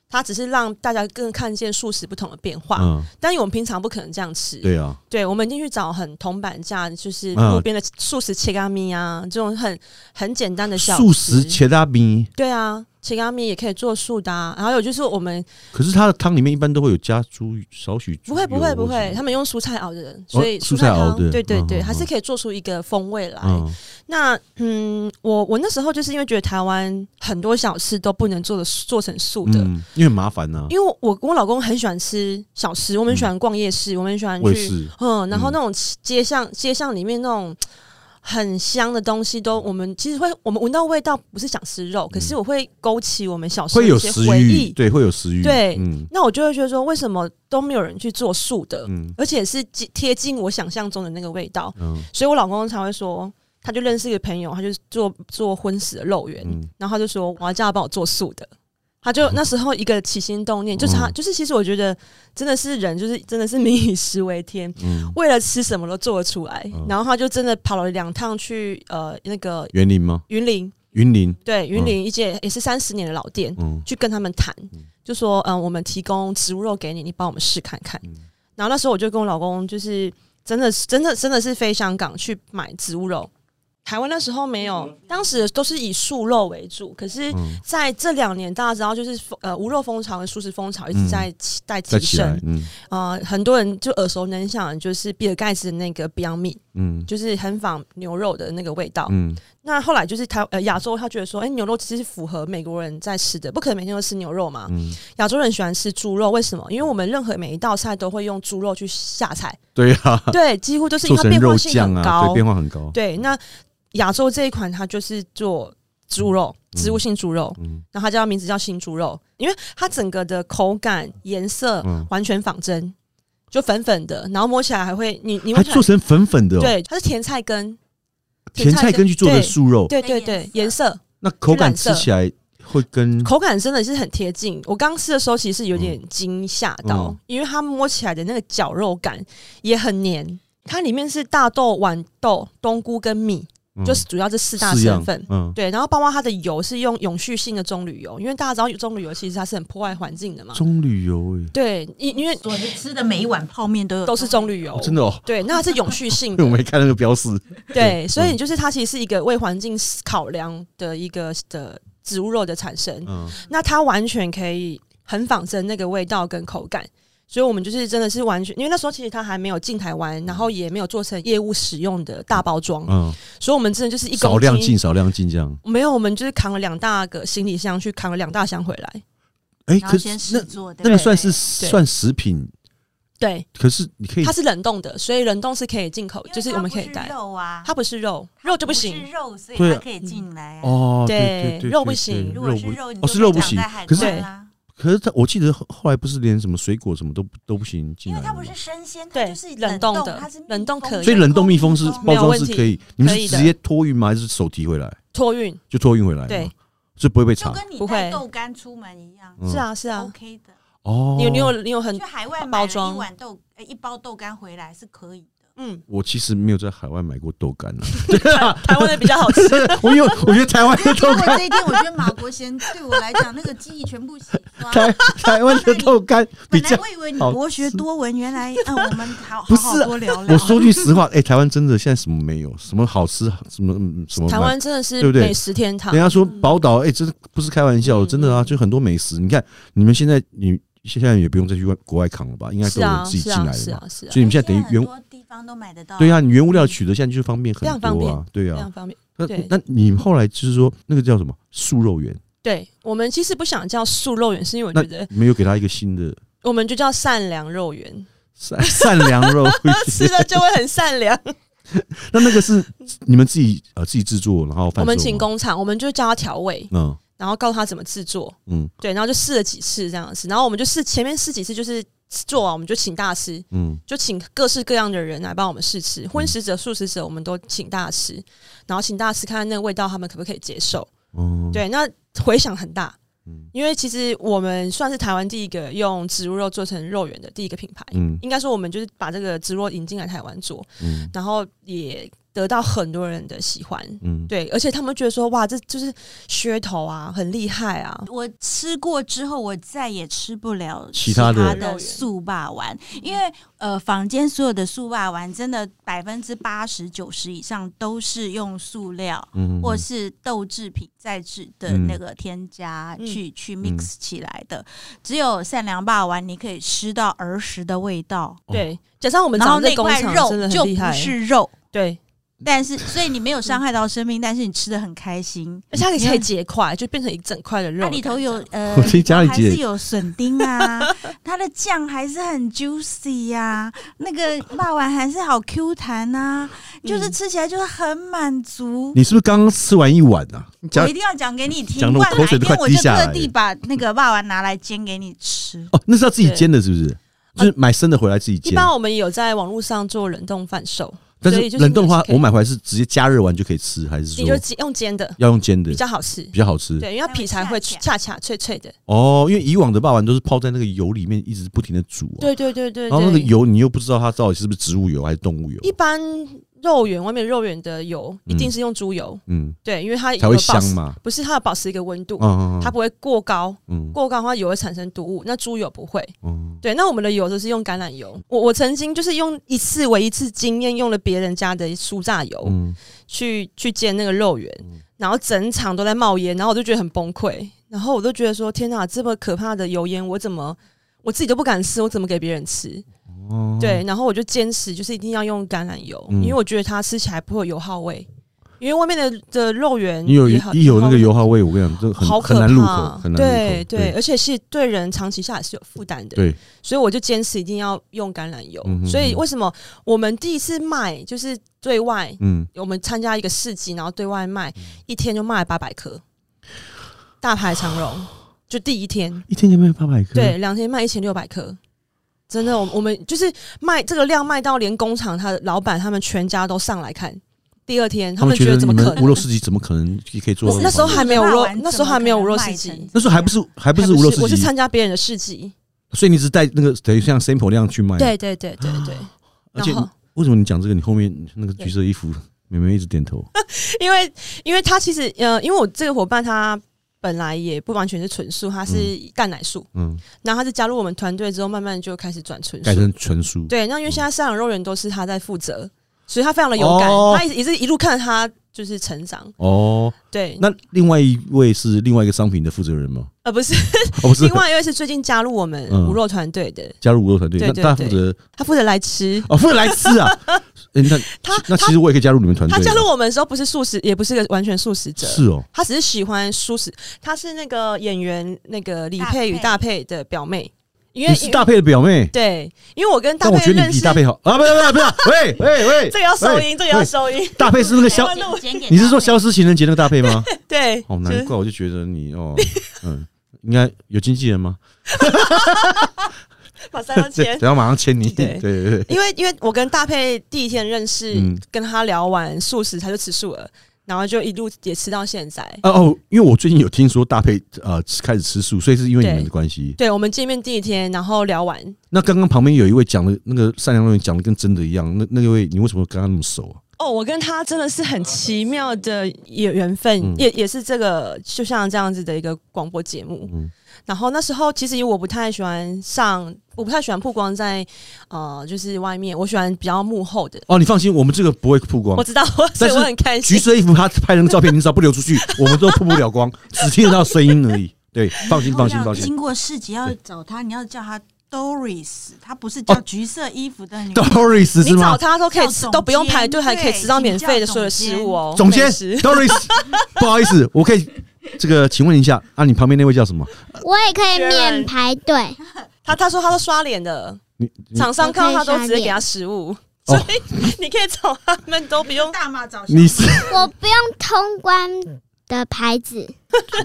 [SPEAKER 3] 它只是让大家更看见素食不同的变化。
[SPEAKER 2] 嗯，
[SPEAKER 3] 但因为我们平常不可能这样吃，
[SPEAKER 2] 对啊，
[SPEAKER 3] 对我们一定去找很铜板价，就是
[SPEAKER 2] 嗯
[SPEAKER 3] 路边的素食切咖米啊，这种很很简单的小
[SPEAKER 2] 素食
[SPEAKER 3] 吃
[SPEAKER 2] 切大冰，
[SPEAKER 3] 对啊，切咖米也可以做素的、啊，然后有就是我们
[SPEAKER 2] 可是它的汤里面一般都会有加猪少许猪
[SPEAKER 3] 不会
[SPEAKER 2] 油
[SPEAKER 3] 不会不
[SPEAKER 2] 或什
[SPEAKER 3] 会，
[SPEAKER 2] 么
[SPEAKER 3] 他们用蔬菜熬的，所以
[SPEAKER 2] 哦蔬
[SPEAKER 3] 蔬
[SPEAKER 2] 菜
[SPEAKER 3] 菜
[SPEAKER 2] 熬
[SPEAKER 3] 汤，
[SPEAKER 2] 的
[SPEAKER 3] 对对
[SPEAKER 2] 嗯
[SPEAKER 3] 对，
[SPEAKER 2] 嗯
[SPEAKER 3] 还是
[SPEAKER 2] 嗯
[SPEAKER 3] 可以做出一个风味来。
[SPEAKER 2] 嗯
[SPEAKER 3] 那嗯，我我那时候就是因为觉得台湾很多小吃都不能做的做成素的，
[SPEAKER 2] 嗯，因为很麻烦呐。
[SPEAKER 3] 因为我我跟我老公很喜欢吃小吃，我们很喜欢逛夜市，我们很喜
[SPEAKER 2] 嗯
[SPEAKER 3] 欢
[SPEAKER 2] 我也
[SPEAKER 3] 去
[SPEAKER 2] 是，
[SPEAKER 3] 嗯，然后那种街巷街巷里面那种。很香的东西都，我们其实会，我们闻到味道不是想吃肉，可是我会勾起我们小时
[SPEAKER 2] 嗯
[SPEAKER 3] 候
[SPEAKER 2] 会有
[SPEAKER 3] 一些
[SPEAKER 2] 食
[SPEAKER 3] 回
[SPEAKER 2] 欲，
[SPEAKER 3] 忆。
[SPEAKER 2] 对，会有食欲。
[SPEAKER 3] 对
[SPEAKER 2] 嗯
[SPEAKER 3] 那我就会觉得说，为什么都没有人去做素的？
[SPEAKER 2] 嗯
[SPEAKER 3] 而且是接贴近我想象中的那个味道，
[SPEAKER 2] 嗯
[SPEAKER 3] 所以我老公才会说，他就认识一个朋友，他就是做做婚食的肉圆，
[SPEAKER 2] 嗯哦
[SPEAKER 3] 然后他就说我要叫他帮我做素的，他就那时候一个起心动念，就是他
[SPEAKER 2] 嗯
[SPEAKER 3] 就是其实我觉得真的是人就是真的是民以食为天，
[SPEAKER 2] 嗯，
[SPEAKER 3] 为了吃什么都做得出来
[SPEAKER 2] 嗯，
[SPEAKER 3] 然后他就真的跑了两趟去呃那个
[SPEAKER 2] 园林吗？
[SPEAKER 3] 云林，
[SPEAKER 2] 云林，
[SPEAKER 3] 对云
[SPEAKER 2] 嗯
[SPEAKER 3] 林一间也是三十年的老店，
[SPEAKER 2] 嗯
[SPEAKER 3] 去跟他们谈，就说嗯，我们提供植物肉给你，你帮我们试看看。
[SPEAKER 2] 嗯
[SPEAKER 3] 然后那时候我就跟我老公，就是真的是真的真的是飞香港去买植物肉。台湾那时候没有，当时都是以素肉为主。可是
[SPEAKER 2] 嗯，
[SPEAKER 3] 在这两年，大家知道就是呃无肉风潮跟素食风潮一
[SPEAKER 2] 嗯
[SPEAKER 3] 直在起在
[SPEAKER 2] 再
[SPEAKER 3] 提
[SPEAKER 2] 起来
[SPEAKER 3] 升，，
[SPEAKER 2] 嗯
[SPEAKER 3] 啊，很多人就耳熟能详，就是比尔盖茨的那个 Beyond Meat，
[SPEAKER 2] 嗯
[SPEAKER 3] 就是很仿牛肉的那个味道。
[SPEAKER 2] 嗯
[SPEAKER 3] 那后来就是台呃亚洲，他觉得说，哎、牛肉其实是符合美国人在吃的，不可能每天都吃牛肉嘛。
[SPEAKER 2] 嗯，
[SPEAKER 3] 亚洲人喜欢吃猪肉，为什么？因为我们任何每一道菜都会用猪肉去下菜，
[SPEAKER 2] 对啊，
[SPEAKER 3] 对，几乎都是因
[SPEAKER 2] 做成
[SPEAKER 3] 为它变
[SPEAKER 2] 肉
[SPEAKER 3] 化性
[SPEAKER 2] 酱
[SPEAKER 3] 很
[SPEAKER 2] 啊，
[SPEAKER 3] 高。
[SPEAKER 2] 对，变化很高。
[SPEAKER 3] 对，那亚洲这一款它就是做猪肉，植物性猪肉，
[SPEAKER 2] 嗯
[SPEAKER 3] 然后它叫名字叫新猪肉，因为它整个的口感、颜色
[SPEAKER 2] 嗯，
[SPEAKER 3] 完全仿真，就粉粉的，然后摸起来还会你你摸
[SPEAKER 2] 还
[SPEAKER 3] 起来
[SPEAKER 2] 做成粉粉的、哦，，
[SPEAKER 3] 对，它是甜菜根，
[SPEAKER 2] 甜菜根去做的
[SPEAKER 3] 对
[SPEAKER 2] 素肉，
[SPEAKER 3] 对对
[SPEAKER 4] 跟
[SPEAKER 3] 对，
[SPEAKER 4] 颜
[SPEAKER 3] 颜色
[SPEAKER 2] 那口感
[SPEAKER 3] 染
[SPEAKER 2] 吃
[SPEAKER 3] 色
[SPEAKER 2] 起来会跟
[SPEAKER 3] 口感真的是很贴近。我刚吃的时候其实有点惊吓到，
[SPEAKER 2] 嗯
[SPEAKER 3] 因为它摸起来的那个绞肉感也很黏。它里面是大豆、豌豆、冬菇跟米，
[SPEAKER 2] 嗯
[SPEAKER 3] 就是主要这四大
[SPEAKER 2] 四样
[SPEAKER 3] 成分。
[SPEAKER 2] 嗯，
[SPEAKER 3] 对，然后包括它的油是用永续性的棕榈油，因为大家知道棕榈油其实它是很破坏环境的嘛。
[SPEAKER 2] 棕榈油哎
[SPEAKER 3] 对，因因为
[SPEAKER 4] 所吃的每一碗泡面都有
[SPEAKER 3] 都是棕榈油
[SPEAKER 2] 哦，，真的哦，
[SPEAKER 3] 对，那它是永续性
[SPEAKER 2] 因为
[SPEAKER 3] 的
[SPEAKER 2] 我，没看那个标示，
[SPEAKER 3] 嗯对，
[SPEAKER 2] 嗯
[SPEAKER 3] 所以就是它其实是一个为环境考量的一个的植物肉的产生，
[SPEAKER 2] 嗯，
[SPEAKER 3] 那它完全可以很仿真那个味道跟口感。所以我们就是真的是完全，因为那时候其实它还没有进台湾，然后也没有做成业务使用的大包装，
[SPEAKER 2] 嗯，
[SPEAKER 3] 所以我们真的就是一公
[SPEAKER 2] 少
[SPEAKER 3] 斤
[SPEAKER 2] 量进，少量进这样。
[SPEAKER 3] 没有，我们就是扛了两大个行李箱去扛了两大箱回来。
[SPEAKER 2] 哎，
[SPEAKER 4] 然后
[SPEAKER 2] 可
[SPEAKER 4] 先
[SPEAKER 2] 是
[SPEAKER 4] 试
[SPEAKER 2] 那
[SPEAKER 4] 做的，
[SPEAKER 2] 那个算是
[SPEAKER 4] 对
[SPEAKER 2] 算食品，
[SPEAKER 3] 对，
[SPEAKER 2] 可是你可以
[SPEAKER 3] 它是冷冻的，所以冷冻是可以进口
[SPEAKER 4] 不对，因
[SPEAKER 3] 就
[SPEAKER 4] 为，
[SPEAKER 3] 是
[SPEAKER 4] 它
[SPEAKER 3] 我们可以
[SPEAKER 4] 不是
[SPEAKER 3] 带。
[SPEAKER 4] 肉啊，
[SPEAKER 3] 它不是肉，肉就不行
[SPEAKER 4] 是。肉，所以
[SPEAKER 2] 对
[SPEAKER 4] 它可以进来啊。
[SPEAKER 2] 哦，
[SPEAKER 3] 对
[SPEAKER 2] 对对，
[SPEAKER 3] 肉不
[SPEAKER 2] 对
[SPEAKER 3] 行
[SPEAKER 4] 如
[SPEAKER 2] 肉
[SPEAKER 4] 果
[SPEAKER 2] 不
[SPEAKER 4] 是肉，你
[SPEAKER 2] 哦
[SPEAKER 4] 就是
[SPEAKER 2] 肉不
[SPEAKER 4] 长
[SPEAKER 2] 行啊
[SPEAKER 4] 在海，啊
[SPEAKER 2] 可是
[SPEAKER 4] 关啦
[SPEAKER 2] 可是他我记得后后来不是连什么水果什么都不都不行进
[SPEAKER 4] 因
[SPEAKER 2] 来
[SPEAKER 4] 为
[SPEAKER 2] 了
[SPEAKER 4] 它不
[SPEAKER 2] 吗，
[SPEAKER 4] 是生鲜，它
[SPEAKER 3] 对
[SPEAKER 4] 就是
[SPEAKER 3] 冷冻
[SPEAKER 4] 冻
[SPEAKER 3] 的
[SPEAKER 4] 它是密
[SPEAKER 3] 冷冻
[SPEAKER 4] 封
[SPEAKER 3] 可以
[SPEAKER 2] 所以冷冻密封是
[SPEAKER 4] 冷冻
[SPEAKER 2] 包
[SPEAKER 3] 哦没有
[SPEAKER 2] 装
[SPEAKER 3] 问
[SPEAKER 2] 是
[SPEAKER 3] 题
[SPEAKER 2] 可以，你们
[SPEAKER 3] 可
[SPEAKER 2] 是
[SPEAKER 3] 以的
[SPEAKER 2] 直接托运吗？还是手提回来
[SPEAKER 3] 托运
[SPEAKER 2] 就托运回来？
[SPEAKER 3] 对，
[SPEAKER 2] 就不会被查
[SPEAKER 4] 就。跟你
[SPEAKER 3] 不
[SPEAKER 4] 带
[SPEAKER 3] 会
[SPEAKER 4] 豆干出门一样、
[SPEAKER 2] 嗯
[SPEAKER 3] 是啊是啊，
[SPEAKER 4] o k 的。
[SPEAKER 2] 哦，
[SPEAKER 3] 你有你有你有很
[SPEAKER 4] 去海外买
[SPEAKER 3] 包
[SPEAKER 4] 了一
[SPEAKER 3] 装
[SPEAKER 4] 碗豆，呃一包豆干回来是可以的。
[SPEAKER 3] 嗯，
[SPEAKER 2] 我其实没有在海外买过豆干啊，
[SPEAKER 3] 台湾的比较好吃。
[SPEAKER 2] 我有，我觉得台湾的
[SPEAKER 4] 因
[SPEAKER 2] 豆
[SPEAKER 4] 为
[SPEAKER 2] 干，
[SPEAKER 4] 我这一天，我觉得马国贤 对我来讲，那个记忆全部洗
[SPEAKER 3] 啊
[SPEAKER 4] 刷。
[SPEAKER 2] 台台湾的豆干比
[SPEAKER 4] 本来
[SPEAKER 2] 较。
[SPEAKER 4] 我以为你
[SPEAKER 2] 好吃
[SPEAKER 4] 博学多闻，原来嗯、我们好
[SPEAKER 2] 不
[SPEAKER 4] 好
[SPEAKER 2] 是啊
[SPEAKER 4] 好多聊聊。
[SPEAKER 2] 我说句实话，哎、台湾真的现在什么没有，什么好吃，什么嗯什么
[SPEAKER 3] 台
[SPEAKER 2] 蛮。
[SPEAKER 3] 湾真的是
[SPEAKER 2] 对不对
[SPEAKER 3] 美食天堂
[SPEAKER 2] 人，家说宝岛，哎、真的不是开玩笑，
[SPEAKER 3] 嗯
[SPEAKER 2] 真的啊，就很多美食。你看你们现在，你现在也不用再去外国外扛了吧？应该都
[SPEAKER 3] 是
[SPEAKER 2] 有
[SPEAKER 3] 啊
[SPEAKER 2] 人自己
[SPEAKER 3] 是
[SPEAKER 2] 进
[SPEAKER 3] 啊
[SPEAKER 2] 来
[SPEAKER 3] 是
[SPEAKER 2] 的嘛。
[SPEAKER 3] 啊是啊，
[SPEAKER 2] 所以你们现在等于
[SPEAKER 4] 很
[SPEAKER 2] 原
[SPEAKER 4] 多地方都买得到。
[SPEAKER 2] 对啊，你原物料取得现在就方便很
[SPEAKER 3] 嗯非常方
[SPEAKER 2] 多啊
[SPEAKER 3] 便，
[SPEAKER 2] 对
[SPEAKER 3] 非
[SPEAKER 2] 啊
[SPEAKER 3] 常。方便。
[SPEAKER 2] 那
[SPEAKER 3] 对
[SPEAKER 2] 那你后来就是说那个叫什么素肉园，
[SPEAKER 3] 对我们其实不想叫素肉圆，是因为我
[SPEAKER 2] 那
[SPEAKER 3] 觉得
[SPEAKER 2] 没有给他一个新 的
[SPEAKER 3] 我们就叫善良肉 圆，
[SPEAKER 2] 善善良肉园，
[SPEAKER 3] 吃的就会很善 良。
[SPEAKER 2] 那那个是你们自己呃自己制作，然后贩售
[SPEAKER 3] 我们请
[SPEAKER 2] 吗
[SPEAKER 3] 工厂，我们就教他调味，
[SPEAKER 2] 嗯
[SPEAKER 3] 然后告诉他怎么制作，
[SPEAKER 2] 嗯
[SPEAKER 3] 对，然后就试了几次这样子，然后我们就试前面试几次就是做完，我们就请大师，
[SPEAKER 2] 嗯
[SPEAKER 3] 就请各式各样的人来帮我们试吃，荤食者、素食者，我们都请大师，然后请大师看看那个味道，他们可不可以接受？
[SPEAKER 2] 哦，
[SPEAKER 3] 对，那回响很大，
[SPEAKER 2] 嗯
[SPEAKER 3] 因为其实我们算是台湾第一个用植物肉做成肉圆的第一个品牌，
[SPEAKER 2] 嗯
[SPEAKER 3] 应该说我们就是把这个植物肉引进来台湾做，
[SPEAKER 2] 嗯
[SPEAKER 3] 然后也得到很多人的喜欢。
[SPEAKER 2] 嗯，
[SPEAKER 3] 对，而且他们觉得说，哇，这就是噱头啊，很厉害啊，
[SPEAKER 4] 我吃过之后，我再也吃不了
[SPEAKER 2] 其他的
[SPEAKER 4] 的素霸丸，因为呃，坊间所有的素霸丸真的百分之八十九十以上都是用塑料。
[SPEAKER 2] 嗯
[SPEAKER 4] 或是豆制品再制的那个添加
[SPEAKER 3] 嗯
[SPEAKER 4] 去、去 mix 起来的，只有善良霸丸你可以吃到儿时的味道，
[SPEAKER 2] 哦
[SPEAKER 3] 对，加上我们
[SPEAKER 4] 然后
[SPEAKER 3] 找
[SPEAKER 4] 那
[SPEAKER 3] 那工
[SPEAKER 4] 块
[SPEAKER 3] 厂
[SPEAKER 4] 肉
[SPEAKER 3] 真的
[SPEAKER 4] 就
[SPEAKER 3] 很厉
[SPEAKER 4] 不
[SPEAKER 3] 害，
[SPEAKER 4] 是肉，
[SPEAKER 3] 对，
[SPEAKER 4] 但是所以你没有伤害到生命，但是你吃的很开心，
[SPEAKER 3] 而且它
[SPEAKER 4] 因
[SPEAKER 3] 可
[SPEAKER 4] 为
[SPEAKER 3] 以结块，就变成一整块的肉
[SPEAKER 4] 嗯它
[SPEAKER 3] 感这样，
[SPEAKER 4] 里头有呃，
[SPEAKER 2] 我听嘉
[SPEAKER 4] 里
[SPEAKER 2] 玲
[SPEAKER 4] 头还
[SPEAKER 2] 姐
[SPEAKER 4] 是有笋丁啊，它的酱还是很 juicy 呀、那个霸丸还是好 Q 弹啊，就是
[SPEAKER 3] 嗯
[SPEAKER 4] 吃起来就是很满足。
[SPEAKER 2] 你是不是刚刚吃完一碗啊？你讲
[SPEAKER 4] 我一定要讲给你听，
[SPEAKER 2] 讲得
[SPEAKER 4] 不
[SPEAKER 2] 我
[SPEAKER 4] 然
[SPEAKER 2] 口水
[SPEAKER 4] 哪
[SPEAKER 2] 都
[SPEAKER 4] 一天
[SPEAKER 2] 快
[SPEAKER 4] 我
[SPEAKER 2] 滴
[SPEAKER 4] 就
[SPEAKER 2] 下来
[SPEAKER 4] 特地把那个霸丸拿来煎给你吃。
[SPEAKER 2] 哦，那是要自己煎的，是不是？就是买生的回来自己
[SPEAKER 3] 一
[SPEAKER 2] 煎，
[SPEAKER 3] 般我们有在网络上做冷冻贩售，
[SPEAKER 2] 但
[SPEAKER 3] 所以
[SPEAKER 2] 是
[SPEAKER 3] 就是
[SPEAKER 2] 冷冻的
[SPEAKER 3] 你
[SPEAKER 2] 话
[SPEAKER 3] 也，是可以
[SPEAKER 2] 我买回来是直接加热完就可以吃，还是哦说
[SPEAKER 3] 你就煎用煎的
[SPEAKER 2] 要用煎的
[SPEAKER 3] 比较好吃，
[SPEAKER 2] 比较好吃？
[SPEAKER 3] 对，因为它
[SPEAKER 4] 还有
[SPEAKER 3] 皮才会
[SPEAKER 4] 恰恰
[SPEAKER 3] 恰恰脆脆的，
[SPEAKER 2] 哦，因为以往的霸王都是泡在那个油里面，一直不停的煮啊，
[SPEAKER 3] 对对对对
[SPEAKER 2] 然后那个
[SPEAKER 3] 对。
[SPEAKER 2] 油你又不知道它到底是不是植物油还是动物油，
[SPEAKER 3] 一般肉圆外面肉圆的油
[SPEAKER 2] 嗯
[SPEAKER 3] 一定是用猪油，
[SPEAKER 2] 嗯，
[SPEAKER 3] 对，因为它
[SPEAKER 2] 才会
[SPEAKER 3] 有保
[SPEAKER 2] 香
[SPEAKER 3] 持，
[SPEAKER 2] 嘛，
[SPEAKER 3] 不是它要保持一个温度，
[SPEAKER 2] 嗯嗯
[SPEAKER 3] 它不会过高，
[SPEAKER 2] 嗯
[SPEAKER 3] 过高的话油会产生毒物，那猪油不会。
[SPEAKER 2] 嗯
[SPEAKER 3] 对，那我们的油都是用橄榄油，我我曾经就是用一次为一次经验，用了别人家的酥炸油、
[SPEAKER 2] 嗯，
[SPEAKER 3] 去去煎那个肉圆，然后整场都在冒烟，然后我就觉得很崩溃，然后我都觉得说天哪，这么可怕的油烟，我怎么我自己都不敢吃，我怎么给别人吃？
[SPEAKER 2] 哦，
[SPEAKER 3] 对，然后我就坚持就是一定要用橄榄油，
[SPEAKER 2] 嗯
[SPEAKER 3] 因为我觉得它吃起来不会有油耗味，因为外面的的肉圆
[SPEAKER 2] 你有
[SPEAKER 3] 也
[SPEAKER 2] 一
[SPEAKER 3] 好
[SPEAKER 2] 一有那个油耗味，我跟你讲，这
[SPEAKER 3] 好
[SPEAKER 2] 很很
[SPEAKER 3] 可怕，
[SPEAKER 2] 难入口，很难入
[SPEAKER 3] 对
[SPEAKER 2] 口。
[SPEAKER 3] 对，，而且是对人长期下来是有负担的。
[SPEAKER 2] 对，
[SPEAKER 3] 所以我就坚持一定要用橄榄油。
[SPEAKER 2] 嗯哼
[SPEAKER 3] 所以为什么我们第一次卖就是对外，
[SPEAKER 2] 嗯，
[SPEAKER 3] 我们参加一个市集，然后对外卖，一天就卖了八百颗，大排长 龙，就第一天，
[SPEAKER 2] 一天可以卖八百克，
[SPEAKER 3] 对，两天卖一千六百颗。真的，我我们就是卖这个量卖到连工厂他的老板他们全家都上来看。第二天他
[SPEAKER 2] 他们
[SPEAKER 3] 觉
[SPEAKER 2] 觉得
[SPEAKER 3] 怎么
[SPEAKER 2] 你们
[SPEAKER 3] 可能
[SPEAKER 2] 无？肉市集怎么可能可以做
[SPEAKER 3] 我
[SPEAKER 2] 到？
[SPEAKER 3] 那时候还没有肉
[SPEAKER 4] 霸丸
[SPEAKER 3] 那时候还没有肉丝
[SPEAKER 4] 怎么可能卖成
[SPEAKER 3] 机
[SPEAKER 2] 那时候还不是还不是无肉市
[SPEAKER 3] 我是
[SPEAKER 2] 集，
[SPEAKER 3] 参加别人的市集。
[SPEAKER 2] 所以你只带那个等于像哎 sample 那样去卖。，
[SPEAKER 3] 对对对对对。
[SPEAKER 2] 而且
[SPEAKER 3] 然后
[SPEAKER 2] 为什么你讲这个？你后面那个橘色衣服妹妹一直点头，
[SPEAKER 3] 因为因为他其实呃，因为我这个伙伴他本来也不完全是纯素，他是蛋奶素，
[SPEAKER 2] 嗯，
[SPEAKER 3] 然后他是加入我们团队之后，慢慢就开始转纯
[SPEAKER 2] 改
[SPEAKER 3] 素。
[SPEAKER 2] 成纯素，
[SPEAKER 3] 对，那因为现在饲养肉圆都是他在负责，所以他非常的勇敢，
[SPEAKER 2] 哦
[SPEAKER 3] 他也是也是一路看着他就是成长。
[SPEAKER 2] 哦。
[SPEAKER 3] 对，
[SPEAKER 2] 那另外一位是另外一个商品的负责人吗？
[SPEAKER 3] 呃不是，
[SPEAKER 2] 哦，不是
[SPEAKER 3] 另，外一位是最近加入我们
[SPEAKER 2] 嗯
[SPEAKER 3] 无肉团队的，
[SPEAKER 2] 加入五肉团队，
[SPEAKER 3] 对
[SPEAKER 2] 那
[SPEAKER 3] 对
[SPEAKER 2] 他负
[SPEAKER 3] 对
[SPEAKER 2] 责
[SPEAKER 3] 他负责来吃。
[SPEAKER 2] 哦，负责来吃 啊。诶那
[SPEAKER 3] 他
[SPEAKER 2] 那其实我也可以加入你们团队
[SPEAKER 3] 他
[SPEAKER 2] 啊，
[SPEAKER 3] 加入我们的时候不是素食，也不是个完全素食者，
[SPEAKER 2] 是哦，
[SPEAKER 3] 他只是喜欢素食。他是那个演员那个李佩与大
[SPEAKER 4] 大
[SPEAKER 3] 佩的表妹，因为
[SPEAKER 2] 你是大佩的表妹，
[SPEAKER 3] 对，因为我跟大
[SPEAKER 2] 但我
[SPEAKER 3] 佩
[SPEAKER 2] 觉得
[SPEAKER 3] 认
[SPEAKER 2] 你比
[SPEAKER 3] 识，
[SPEAKER 2] 大佩好啊！不要不要不要，喂喂喂，
[SPEAKER 3] 这个要收
[SPEAKER 2] 喂
[SPEAKER 3] 音，这个要
[SPEAKER 2] 喂
[SPEAKER 3] 收音，
[SPEAKER 2] 大佩是那个消，
[SPEAKER 4] 剪给
[SPEAKER 2] 你是说
[SPEAKER 4] 他
[SPEAKER 2] 消失情人节那个大佩吗？
[SPEAKER 3] 啊对，
[SPEAKER 2] 哦，
[SPEAKER 3] 就
[SPEAKER 2] 难
[SPEAKER 3] 是
[SPEAKER 2] 怪我就觉得你哦， 嗯，应该有经纪人吗？
[SPEAKER 3] 把三 万
[SPEAKER 2] 对，
[SPEAKER 3] 千
[SPEAKER 2] 等。下马上签你。 对
[SPEAKER 3] 对
[SPEAKER 2] 对对，
[SPEAKER 3] 因为因为我跟大佩第一天认识，
[SPEAKER 2] 嗯
[SPEAKER 3] 跟他聊完素食，他就吃素了，然后就一路也吃到现在。
[SPEAKER 2] 哦哦，因为我最近有听说大佩呃开始吃素，所以是因为你们的关系。
[SPEAKER 3] 对我们见面第一天，然后聊完，
[SPEAKER 2] 那刚刚旁边有一位讲的那个善良的人讲的跟真的一样，那那一位你为什么跟他那么熟啊？
[SPEAKER 3] 哦，我跟他真的是很奇妙的也缘分，
[SPEAKER 2] 嗯
[SPEAKER 3] 也也是这个，就像这样子的一个广播节目。
[SPEAKER 2] 嗯
[SPEAKER 3] 然后那时候其实我不太喜欢上，我不太喜欢曝光在呃，就是外面，我喜欢比较幕后的。
[SPEAKER 2] 哦，你放心，我们这个不会曝光
[SPEAKER 3] 我。知道，所以我很开
[SPEAKER 2] 哦橘
[SPEAKER 3] 心。
[SPEAKER 2] 色衣服他拍的那个照片，你只要不流 出去，我们都曝不了光， 只听得到声音而已。对，放心
[SPEAKER 4] 以后
[SPEAKER 2] 放心
[SPEAKER 4] 要
[SPEAKER 2] 放心
[SPEAKER 4] 经。过市集要
[SPEAKER 2] 对
[SPEAKER 4] 找他，你要叫他 Doris，他不是叫
[SPEAKER 2] 哦
[SPEAKER 4] 橘色衣服的女。
[SPEAKER 2] Doris
[SPEAKER 3] 你
[SPEAKER 2] 是
[SPEAKER 3] 找
[SPEAKER 2] 吗？
[SPEAKER 3] 他都可以吃，
[SPEAKER 4] 叫总监
[SPEAKER 3] 都不用排队，还可以吃到免费的
[SPEAKER 4] 对请叫
[SPEAKER 3] 所有的食物哦。
[SPEAKER 2] 总监
[SPEAKER 3] 美食
[SPEAKER 2] Doris，不 好意思，我可以这个请问一下啊，你旁边那位叫什么？
[SPEAKER 5] 我也可以
[SPEAKER 3] 确认
[SPEAKER 5] 面排队，
[SPEAKER 3] 他他说他都刷脸的，
[SPEAKER 2] 你你
[SPEAKER 3] 厂商看到他
[SPEAKER 5] 我
[SPEAKER 3] 都
[SPEAKER 5] 可以刷脸
[SPEAKER 3] 直接给他食物，
[SPEAKER 2] 嗯哦
[SPEAKER 3] 所以 你可以找他们都不用。
[SPEAKER 4] 大马找
[SPEAKER 2] 你是
[SPEAKER 5] 我不用通关的牌子。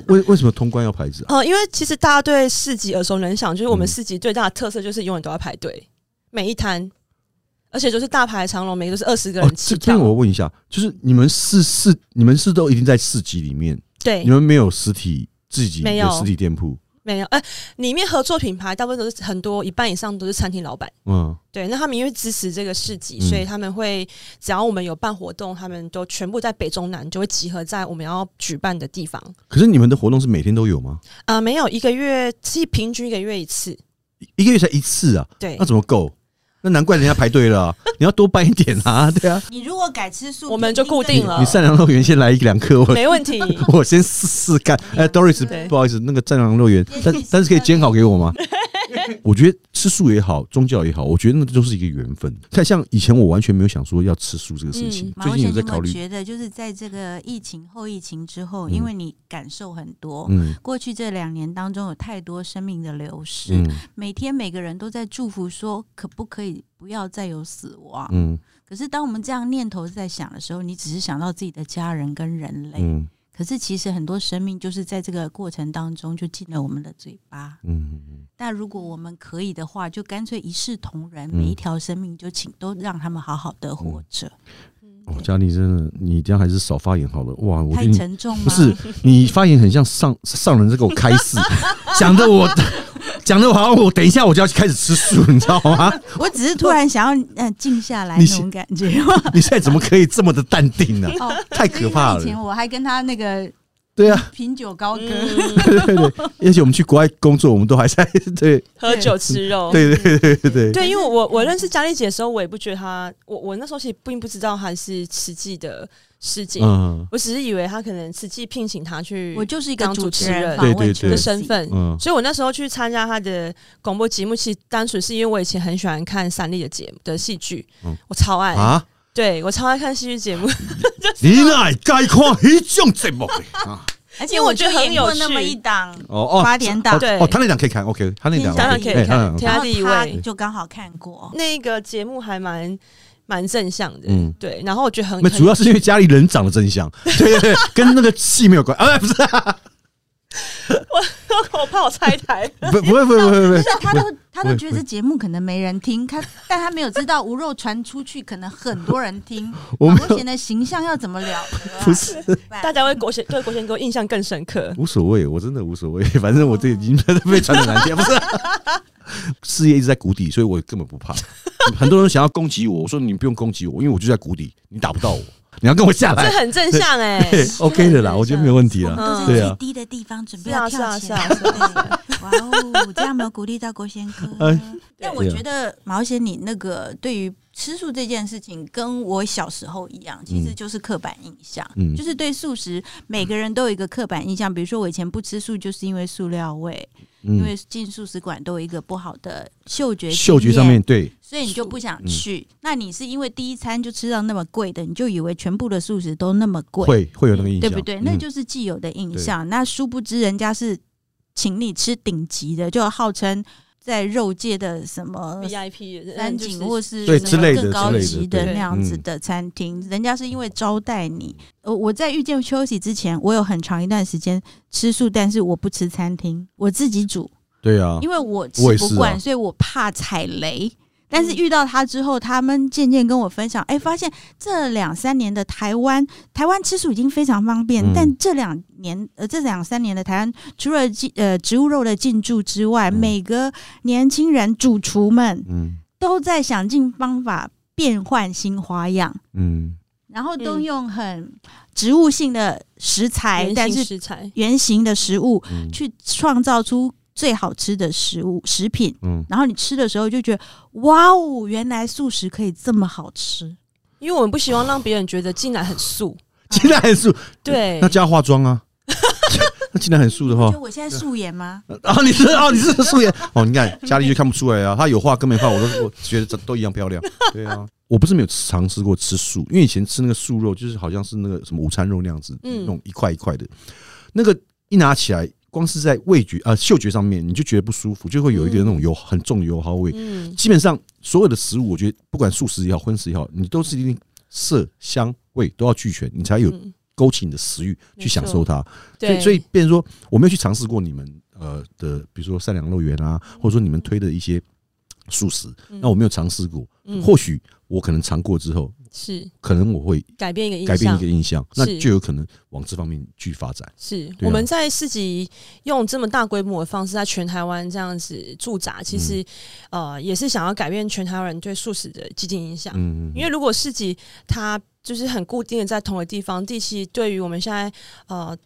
[SPEAKER 2] 为为什么通关要牌子啊？
[SPEAKER 3] 呃，因为其实大家对市集耳熟能详，就是我们
[SPEAKER 2] 嗯
[SPEAKER 3] 市集最大的特色就是永远都要排队，每一摊，而且就是大排长龙，每个都是二十个
[SPEAKER 2] 哦
[SPEAKER 3] 人，
[SPEAKER 2] 这
[SPEAKER 3] 起
[SPEAKER 2] 边
[SPEAKER 3] 跳。
[SPEAKER 2] 我问一下，就是你们是是你们是都已经在市集里面，
[SPEAKER 3] 对
[SPEAKER 2] 你，们没有实体自己
[SPEAKER 3] 没
[SPEAKER 2] 的
[SPEAKER 3] 有
[SPEAKER 2] 实体店铺，
[SPEAKER 3] 没有，哎、里面合作品牌大部分都是很多，一半以上都是餐厅老板。
[SPEAKER 2] 嗯，
[SPEAKER 3] 对，那他们因为支持这个市集，
[SPEAKER 2] 嗯
[SPEAKER 3] 所以他们会只要我们有办活动，他们都全部在北中南就会集合在我们要举办的地方。
[SPEAKER 2] 可是你们的活动是每天都有吗？
[SPEAKER 3] 啊、没有一个月，是平均一个月一次。
[SPEAKER 2] 一一个月才一次啊，
[SPEAKER 3] 对
[SPEAKER 2] 那，怎么够？那难怪人家排队了啊，你要多办一点 啊，对啊。
[SPEAKER 4] 你如果改吃素，
[SPEAKER 3] 我们就固
[SPEAKER 2] 你
[SPEAKER 3] 定了
[SPEAKER 2] 你善良肉圆先来一两颗，我
[SPEAKER 3] 没问题。
[SPEAKER 2] 我先试试看。哎，Doris，
[SPEAKER 3] 对
[SPEAKER 2] 不好意思，那个战狼肉圆
[SPEAKER 4] 对，
[SPEAKER 2] 但但是可以煎好给我吗？ 我觉得吃素也好，宗教也好，我觉得那都是一个缘分。看，像以前我完全没有想说要吃素这个事情，
[SPEAKER 3] 嗯
[SPEAKER 4] 马
[SPEAKER 2] 最
[SPEAKER 4] 文
[SPEAKER 2] 近有
[SPEAKER 4] 先
[SPEAKER 2] 在
[SPEAKER 4] 生，
[SPEAKER 2] 考
[SPEAKER 4] 我
[SPEAKER 2] 虑。
[SPEAKER 4] 觉得就是在这个疫情后疫情之后，
[SPEAKER 2] 嗯
[SPEAKER 4] 因为你感受很多，
[SPEAKER 2] 嗯
[SPEAKER 4] 过去这两年当中有太多生命的流逝，
[SPEAKER 2] 嗯
[SPEAKER 4] 每天每个人都在祝福说可不可以不要再有死亡。
[SPEAKER 2] 嗯
[SPEAKER 4] 可是当我们这样念头在想的时候，你只是想到自己的家人跟人类，
[SPEAKER 2] 嗯
[SPEAKER 4] 可是其实很多生命就是在这个过程当中就进了我们的嘴巴。
[SPEAKER 2] 嗯，
[SPEAKER 4] 但如果我们可以的话，就干脆一视同仁，
[SPEAKER 2] 嗯
[SPEAKER 4] 每一条生命就请都让他们好好的活着。
[SPEAKER 2] 嗯我佳哦丽真的，你这样还是少发言好了。哇，我
[SPEAKER 4] 太
[SPEAKER 2] 觉得你
[SPEAKER 4] 沉重吗？
[SPEAKER 2] 不是你发言很像上上人在给我开示，讲的我讲的我好像我等一下我就要开始吃素，你知道吗？
[SPEAKER 4] 我只是突然想要嗯、呃静下来
[SPEAKER 2] 你
[SPEAKER 4] 那
[SPEAKER 2] 是
[SPEAKER 4] 种感觉。
[SPEAKER 2] 你现在怎么可以这么的淡定呢、
[SPEAKER 4] 哦，
[SPEAKER 2] 太可怕
[SPEAKER 4] 因为以前
[SPEAKER 2] 了。
[SPEAKER 4] 我还跟他那个
[SPEAKER 2] 对啊，
[SPEAKER 4] 品酒高歌，
[SPEAKER 3] 嗯，
[SPEAKER 2] 对对对，而且我们去国外工作，我们都还在 对
[SPEAKER 3] 喝酒吃肉。
[SPEAKER 2] 对对对对对。
[SPEAKER 3] 对，因为我我认识佳丽姐的时候，我也不觉得她，我我那时候其实并不知道她是慈济的事情，
[SPEAKER 2] 嗯
[SPEAKER 3] 我只是以为她可能慈济聘请她去，
[SPEAKER 4] 我就是一个
[SPEAKER 3] 当主
[SPEAKER 4] 主
[SPEAKER 3] 持
[SPEAKER 4] 持人
[SPEAKER 3] 人
[SPEAKER 4] 访问
[SPEAKER 2] 对对
[SPEAKER 4] 主
[SPEAKER 2] 对
[SPEAKER 3] 的
[SPEAKER 4] 持
[SPEAKER 3] 身
[SPEAKER 4] 人
[SPEAKER 3] 份。
[SPEAKER 2] 嗯
[SPEAKER 3] 所以我那时候去参加她的广播节目，其实单纯是因为我以前很喜欢看三立的节目的戏剧，
[SPEAKER 2] 嗯
[SPEAKER 3] 我超爱，
[SPEAKER 2] 啊，
[SPEAKER 3] 对我超爱看戏剧节目，
[SPEAKER 2] 你哪该看一种节目啊？
[SPEAKER 4] 而
[SPEAKER 3] 因
[SPEAKER 4] 且
[SPEAKER 3] 为我
[SPEAKER 4] 我
[SPEAKER 3] 觉得
[SPEAKER 4] 就
[SPEAKER 3] 很
[SPEAKER 4] 演
[SPEAKER 3] 有
[SPEAKER 4] 过那么
[SPEAKER 3] 趣
[SPEAKER 4] 一档，
[SPEAKER 2] 哦哦，
[SPEAKER 4] 八点档
[SPEAKER 2] 哦
[SPEAKER 3] 对
[SPEAKER 2] 哦，他那档可以看，OK，他那档
[SPEAKER 3] 当然可以看，
[SPEAKER 2] 嗯
[SPEAKER 3] 天下第一
[SPEAKER 4] 然后
[SPEAKER 3] 位
[SPEAKER 4] 他，就刚好看 过。
[SPEAKER 3] 那个节目还蛮蛮正向的，
[SPEAKER 2] 嗯
[SPEAKER 3] 对，然后我觉得很
[SPEAKER 2] 那
[SPEAKER 3] 很
[SPEAKER 2] 主要是因为家里人长得真像，对对对，跟那个戏没有关，啊，不是，
[SPEAKER 3] 我怕我拆台，
[SPEAKER 2] 不不会不会不会不
[SPEAKER 4] 就
[SPEAKER 2] 会
[SPEAKER 4] 是，他都他
[SPEAKER 2] 我
[SPEAKER 4] 都
[SPEAKER 2] 也
[SPEAKER 4] 觉得这节目可能没人听，他但他没有知道无肉传出去可能很多人听，
[SPEAKER 2] 我
[SPEAKER 4] 马
[SPEAKER 2] 没
[SPEAKER 4] 国
[SPEAKER 2] 有
[SPEAKER 4] 贤的形象要怎么了得啊？
[SPEAKER 2] 不是
[SPEAKER 3] 大家为国贤对国贤哥印象更深刻。
[SPEAKER 2] 无所谓，我真的无所谓， 反正我这已经被传的难
[SPEAKER 4] 哦
[SPEAKER 2] 听，不是、啊 事业一直在谷底， 所以我根本不怕。很多人想要攻击我，我说你不用攻击我，因为我就在谷底，你打不到我。你要跟我下来
[SPEAKER 3] 这，很正向哎、
[SPEAKER 2] 对，OK 的啦，我觉得没有问题
[SPEAKER 4] 我
[SPEAKER 2] 啦。
[SPEAKER 4] 们都在
[SPEAKER 2] 对啊
[SPEAKER 4] 最低的地方准备要
[SPEAKER 3] 嗯是啊
[SPEAKER 4] 跳起来，
[SPEAKER 3] 是啊是
[SPEAKER 4] 对
[SPEAKER 3] 啊是
[SPEAKER 4] 哇哦，这样没有鼓励到国贤哥
[SPEAKER 2] 哎。
[SPEAKER 4] 但我觉得毛贤，你那个对于吃素这件事情，跟我小时候一样，其实就是刻板印象，
[SPEAKER 2] 嗯
[SPEAKER 4] 就是对素食每个人都有一个刻板印象。比如说我以前不吃素，就是因为塑料味，啊因
[SPEAKER 2] 嗯，
[SPEAKER 4] 为进素食馆都有一个不好的嗅觉
[SPEAKER 2] 嗅觉
[SPEAKER 4] 经验
[SPEAKER 2] 上面嗯对，
[SPEAKER 4] 所以你就不想去。那你是因为第一餐就吃到那么贵的，你就以为全部的素食都那么贵，
[SPEAKER 2] 会会有那个印象，
[SPEAKER 4] 对不对？
[SPEAKER 2] 嗯
[SPEAKER 4] 那就是既有的印象。那殊不知人家是请你吃顶级的，就号称在肉界的什么
[SPEAKER 3] VIP 的
[SPEAKER 4] 呃三井或是
[SPEAKER 2] 对
[SPEAKER 4] 什
[SPEAKER 2] 之
[SPEAKER 4] 么
[SPEAKER 2] 类的
[SPEAKER 4] 更高
[SPEAKER 2] 之
[SPEAKER 4] 级
[SPEAKER 2] 类的
[SPEAKER 4] 的
[SPEAKER 2] 对嗯
[SPEAKER 4] 那样子的餐厅，人家是因为招待你。呃，我在遇见休息之前，我有很长一段时间吃素，但是我不吃餐厅，我自己煮。
[SPEAKER 2] 对啊，
[SPEAKER 4] 因为我吃
[SPEAKER 2] 我也
[SPEAKER 4] 不
[SPEAKER 2] 是啊
[SPEAKER 4] 惯，所以我怕踩雷。
[SPEAKER 3] 嗯
[SPEAKER 4] 但是遇到他之后，他们渐渐跟我分享，哎、发现这两三年的台湾，台湾吃素已经非常方便，
[SPEAKER 2] 嗯
[SPEAKER 4] 但这两年呃这两三年的台湾，除了进呃植物肉的进驻之外，
[SPEAKER 2] 嗯
[SPEAKER 4] 每个年轻人主厨们
[SPEAKER 2] 嗯
[SPEAKER 4] 都在想尽方法变换新花样，
[SPEAKER 2] 嗯
[SPEAKER 4] 然后都
[SPEAKER 3] 嗯
[SPEAKER 4] 用很植物性的食材，但
[SPEAKER 3] 原型
[SPEAKER 4] 是
[SPEAKER 3] 食材，
[SPEAKER 4] 原型的食物
[SPEAKER 2] 嗯
[SPEAKER 4] 去创造出最好吃的食物食品。
[SPEAKER 2] 嗯，
[SPEAKER 4] 然后你吃的时候就觉得，哇哦，原来素食可以这么好吃。
[SPEAKER 3] 因为我们不希望让别人觉得进来很素，
[SPEAKER 2] 竟然很素，
[SPEAKER 3] 对
[SPEAKER 2] 那，加化妆啊，那竟然很素的话
[SPEAKER 4] 就，我现在素颜吗？
[SPEAKER 2] 啊，你是啊，你是素颜 哦，你看佳丽就看不出来啊，她有化跟没化，我都我觉得都一样 漂亮，对啊。我不是没有尝试过吃素，因为以前吃那个素肉，就是好像是那个什么午餐肉那样子，
[SPEAKER 3] 嗯
[SPEAKER 2] 那种一块一块的，那个一拿起来，光是在味觉呃嗅觉上面，你就觉得不舒服，就会有一个那种油很重的油耗味。
[SPEAKER 3] 嗯，
[SPEAKER 2] 基本上所有的食物，我觉得不管素食也好，荤食也好，你都是一定色香味都要俱全，你才有
[SPEAKER 3] 嗯
[SPEAKER 2] 勾起你的食欲去享受它。所
[SPEAKER 3] 对，
[SPEAKER 2] 以，所以变成说，我没有去尝试过你们呃的，比如说善良乐园啊，或者说你们推的一些素食，
[SPEAKER 3] 嗯
[SPEAKER 2] 那我没有尝试过。
[SPEAKER 3] 嗯
[SPEAKER 2] 或许我可能尝过之后，
[SPEAKER 3] 是
[SPEAKER 2] 可能我会
[SPEAKER 3] 改变一个印
[SPEAKER 2] 改变
[SPEAKER 3] 象
[SPEAKER 2] 一个。印象，那
[SPEAKER 3] 是
[SPEAKER 2] 就有可能往这方面去发展。
[SPEAKER 3] 是、
[SPEAKER 2] 对啊
[SPEAKER 3] 我们在市集用这么大规模的方式，在全台湾这样子驻扎，其实、呃也是想要改变全台湾人对素食的积极影响。
[SPEAKER 2] 嗯，
[SPEAKER 3] 啊因为如果市集它就是很固定的在同一个地方，地区对于我们现在呃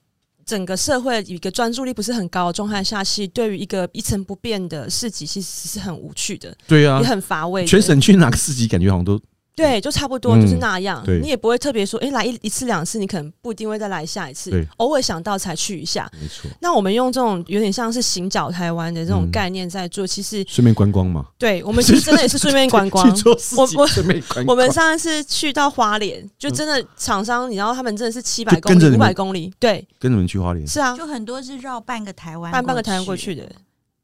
[SPEAKER 3] 整个社会有一个专注力不是很高的状态下，其实对于一个一成不变的市集，其实是很无趣的，
[SPEAKER 2] 对啊
[SPEAKER 3] 也，很乏味的。
[SPEAKER 2] 全省去哪个市集，感觉好像都
[SPEAKER 3] 对，就差不多
[SPEAKER 2] 嗯
[SPEAKER 3] 就是那样，
[SPEAKER 2] 对
[SPEAKER 3] 你也不会特别说，哎、来一一次两次，你可能不一定会再来下一次
[SPEAKER 2] 对，
[SPEAKER 3] 偶尔想到才去一下。
[SPEAKER 2] 没错，
[SPEAKER 3] 那我们用这种有点像是行脚台湾的这种
[SPEAKER 2] 嗯
[SPEAKER 3] 概念在做，其实
[SPEAKER 2] 顺便观光嘛。
[SPEAKER 3] 对我们其实真的也 是顺便观光
[SPEAKER 2] 去。做市集
[SPEAKER 3] 我我
[SPEAKER 2] 顺便观光嗯
[SPEAKER 3] 我们上一次去到花莲，就真的厂商，你知道他们真的是七百
[SPEAKER 2] 就
[SPEAKER 3] 公
[SPEAKER 2] 跟着
[SPEAKER 3] 里、
[SPEAKER 2] 你
[SPEAKER 3] 五
[SPEAKER 2] 们嗯
[SPEAKER 3] 百公里，对，
[SPEAKER 2] 跟你们去花莲，
[SPEAKER 3] 是啊，
[SPEAKER 4] 就很多是绕半个台湾，
[SPEAKER 3] 半半个台湾过去。的，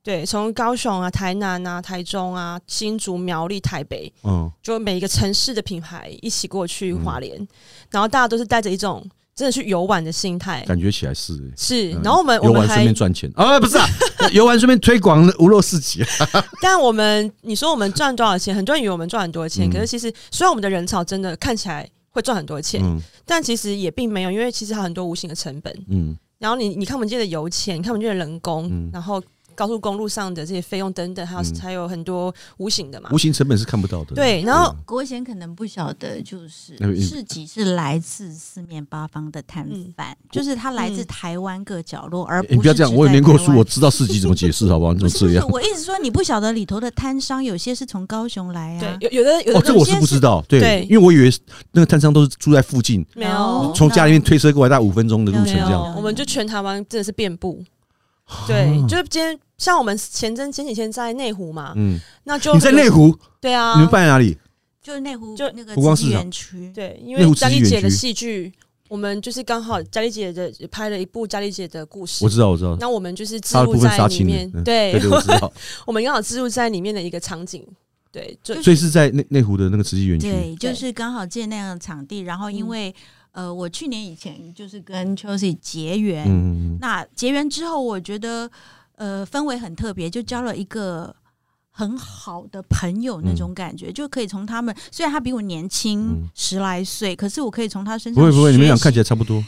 [SPEAKER 3] 对，从高雄啊、台南啊、台中啊、新竹、苗栗、台北，
[SPEAKER 2] 嗯，
[SPEAKER 3] 就每一个城市的品牌一起过去花莲，然后大家都是带着一种真的去游玩的心态，
[SPEAKER 2] 感觉起来是欸。
[SPEAKER 3] 是。
[SPEAKER 2] 嗯
[SPEAKER 3] 然后我呃们我
[SPEAKER 2] 游
[SPEAKER 3] 们
[SPEAKER 2] 玩顺
[SPEAKER 3] 还
[SPEAKER 2] 便，赚钱啊？不是啊， 游玩顺便推广无肉市集。
[SPEAKER 3] 但我们你说我们赚多少钱？很多人以为我们赚很多钱，
[SPEAKER 2] 嗯
[SPEAKER 3] 可是其实虽然我们的人潮真的看起来会赚很多钱，
[SPEAKER 2] 嗯
[SPEAKER 3] 但其实也并没有，因为其实还有很多无形的成本。
[SPEAKER 2] 嗯
[SPEAKER 3] 然后你你看不见的油钱，你看不见的人工，
[SPEAKER 2] 嗯
[SPEAKER 3] 然后高速公路上的这些费用等等，还有、
[SPEAKER 2] 嗯
[SPEAKER 3] 还有很多无形的嘛
[SPEAKER 2] 无。形成本是看不到的。
[SPEAKER 3] 对，然后
[SPEAKER 4] 国贤可能不晓得，就是
[SPEAKER 2] 嗯
[SPEAKER 4] 市集是来自四面八方的摊贩，
[SPEAKER 3] 嗯
[SPEAKER 4] 就是它来自台湾各角落，而
[SPEAKER 2] 欸
[SPEAKER 4] 不是
[SPEAKER 2] 你不要这样，
[SPEAKER 4] 只
[SPEAKER 2] 我也
[SPEAKER 4] 在
[SPEAKER 2] 念过
[SPEAKER 4] 台
[SPEAKER 2] 书，
[SPEAKER 4] 湾
[SPEAKER 2] 我知道市集怎么解释，好不好？你怎
[SPEAKER 4] 不
[SPEAKER 2] 么
[SPEAKER 4] 是不
[SPEAKER 2] 这
[SPEAKER 4] 是
[SPEAKER 2] 样，？
[SPEAKER 4] 我一直说你不晓得里头的摊商有些是从高雄来
[SPEAKER 3] 对
[SPEAKER 4] 啊，
[SPEAKER 3] 有有的有的
[SPEAKER 2] 哦，这我是不知道，对
[SPEAKER 3] 对，
[SPEAKER 2] 因为我以为那个摊商都是住在附近，
[SPEAKER 3] 没有
[SPEAKER 2] 从家里面推车过来，大概五分钟的路程
[SPEAKER 4] 哦没有
[SPEAKER 2] 这
[SPEAKER 4] 没
[SPEAKER 2] 样。啊
[SPEAKER 4] 有
[SPEAKER 3] 我们就全台湾真的是遍布。对，就是今天像我们前阵前几天在内湖嘛，
[SPEAKER 2] 嗯，
[SPEAKER 3] 那就
[SPEAKER 2] 你在内湖，
[SPEAKER 3] 对啊，
[SPEAKER 2] 你们办在哪里？
[SPEAKER 4] 就是内湖
[SPEAKER 3] 就
[SPEAKER 4] 那个
[SPEAKER 2] 湖光
[SPEAKER 4] 自己
[SPEAKER 2] 市场
[SPEAKER 4] 园区，
[SPEAKER 3] 对，因
[SPEAKER 2] 内
[SPEAKER 3] 为
[SPEAKER 2] 湖
[SPEAKER 3] 佳
[SPEAKER 2] 自己
[SPEAKER 3] 丽
[SPEAKER 2] 园
[SPEAKER 3] 姐的
[SPEAKER 2] 区
[SPEAKER 3] 戏剧，我们就是刚好佳丽姐的拍了一部佳丽姐的故事
[SPEAKER 2] 我。知道，我知道，
[SPEAKER 3] 那我们就是植
[SPEAKER 2] 他的
[SPEAKER 3] 入
[SPEAKER 2] 部分
[SPEAKER 3] 在
[SPEAKER 2] 杀
[SPEAKER 3] 里
[SPEAKER 2] 青
[SPEAKER 3] 面
[SPEAKER 2] 了。，嗯
[SPEAKER 3] 对，
[SPEAKER 2] 对，我知 道，
[SPEAKER 3] 我们刚好植入在里面的一个场景，对，就
[SPEAKER 2] 所以是在内内湖的那个慈济园区。
[SPEAKER 4] 对，就
[SPEAKER 3] 对
[SPEAKER 4] 是刚好借那样的场地，然后
[SPEAKER 3] 嗯
[SPEAKER 4] 因为、呃，我去年以前就是跟 Chelsea 结缘，
[SPEAKER 2] 嗯，嗯嗯
[SPEAKER 4] 那结缘之后，我觉得呃氛围很特别，就交了一个。很好的朋友那种感觉，就可以从他们。虽然他比我年轻
[SPEAKER 2] 嗯
[SPEAKER 4] 十来岁，可是我可以从他身上
[SPEAKER 2] 不会不会，你们俩看起
[SPEAKER 4] 来
[SPEAKER 2] 来差不多。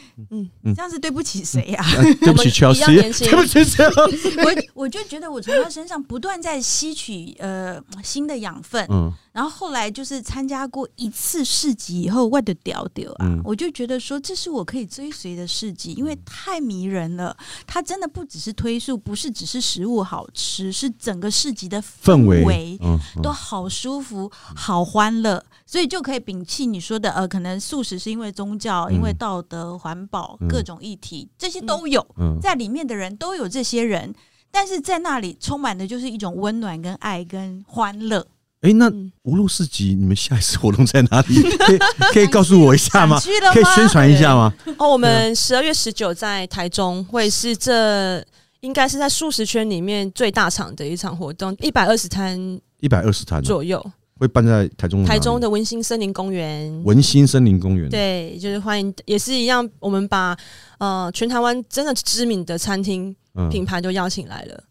[SPEAKER 4] 这样是对不起谁 呀、
[SPEAKER 2] 啊对不起
[SPEAKER 3] 我们一样
[SPEAKER 2] ，Chelsea，
[SPEAKER 3] 年 轻
[SPEAKER 2] 对不起，Chelsea。
[SPEAKER 4] 我我就觉得我从他身上不断在吸取呃新的养分，
[SPEAKER 2] 嗯，
[SPEAKER 4] 然后后来就是参加过一次市集以后，我的屌屌啊，
[SPEAKER 2] 嗯
[SPEAKER 4] 我就觉得说这是我可以追随的市集，因为太迷人了。它真的不只是推素，不是只是食物好吃，是整个市集的
[SPEAKER 2] 氛围
[SPEAKER 4] 围，
[SPEAKER 2] 嗯，
[SPEAKER 4] 都好舒服、好欢乐，所以就可以摒弃你说的呃，可能素食是因为宗教、
[SPEAKER 2] 嗯
[SPEAKER 4] 因为道德、环保
[SPEAKER 2] 嗯
[SPEAKER 4] 各种议题，这些都有，
[SPEAKER 2] 嗯
[SPEAKER 4] 在里面的人都有这些人，但是在那里充满的就是一种温暖、跟爱、跟欢乐。
[SPEAKER 2] 哎、那
[SPEAKER 3] 嗯
[SPEAKER 2] 无肉市集，你们下一次活动在哪 里？可以可以告诉我一下吗
[SPEAKER 4] 想？去了吗？
[SPEAKER 2] 可以宣传一下吗？
[SPEAKER 3] 哦，我们十二月十九在台中会是这应该是在素食圈里面最大场的一场活动，一百二十摊
[SPEAKER 2] 一百二十摊、啊、
[SPEAKER 3] 左右，
[SPEAKER 2] 会办在台中哪
[SPEAKER 3] 台
[SPEAKER 2] 里
[SPEAKER 3] 中的温馨森林公园。
[SPEAKER 2] 文心嗯森林公园。，
[SPEAKER 3] 对，就是欢迎，也是一样，我们把呃全台湾真的知名的餐厅
[SPEAKER 2] 嗯
[SPEAKER 3] 品牌都邀请来了。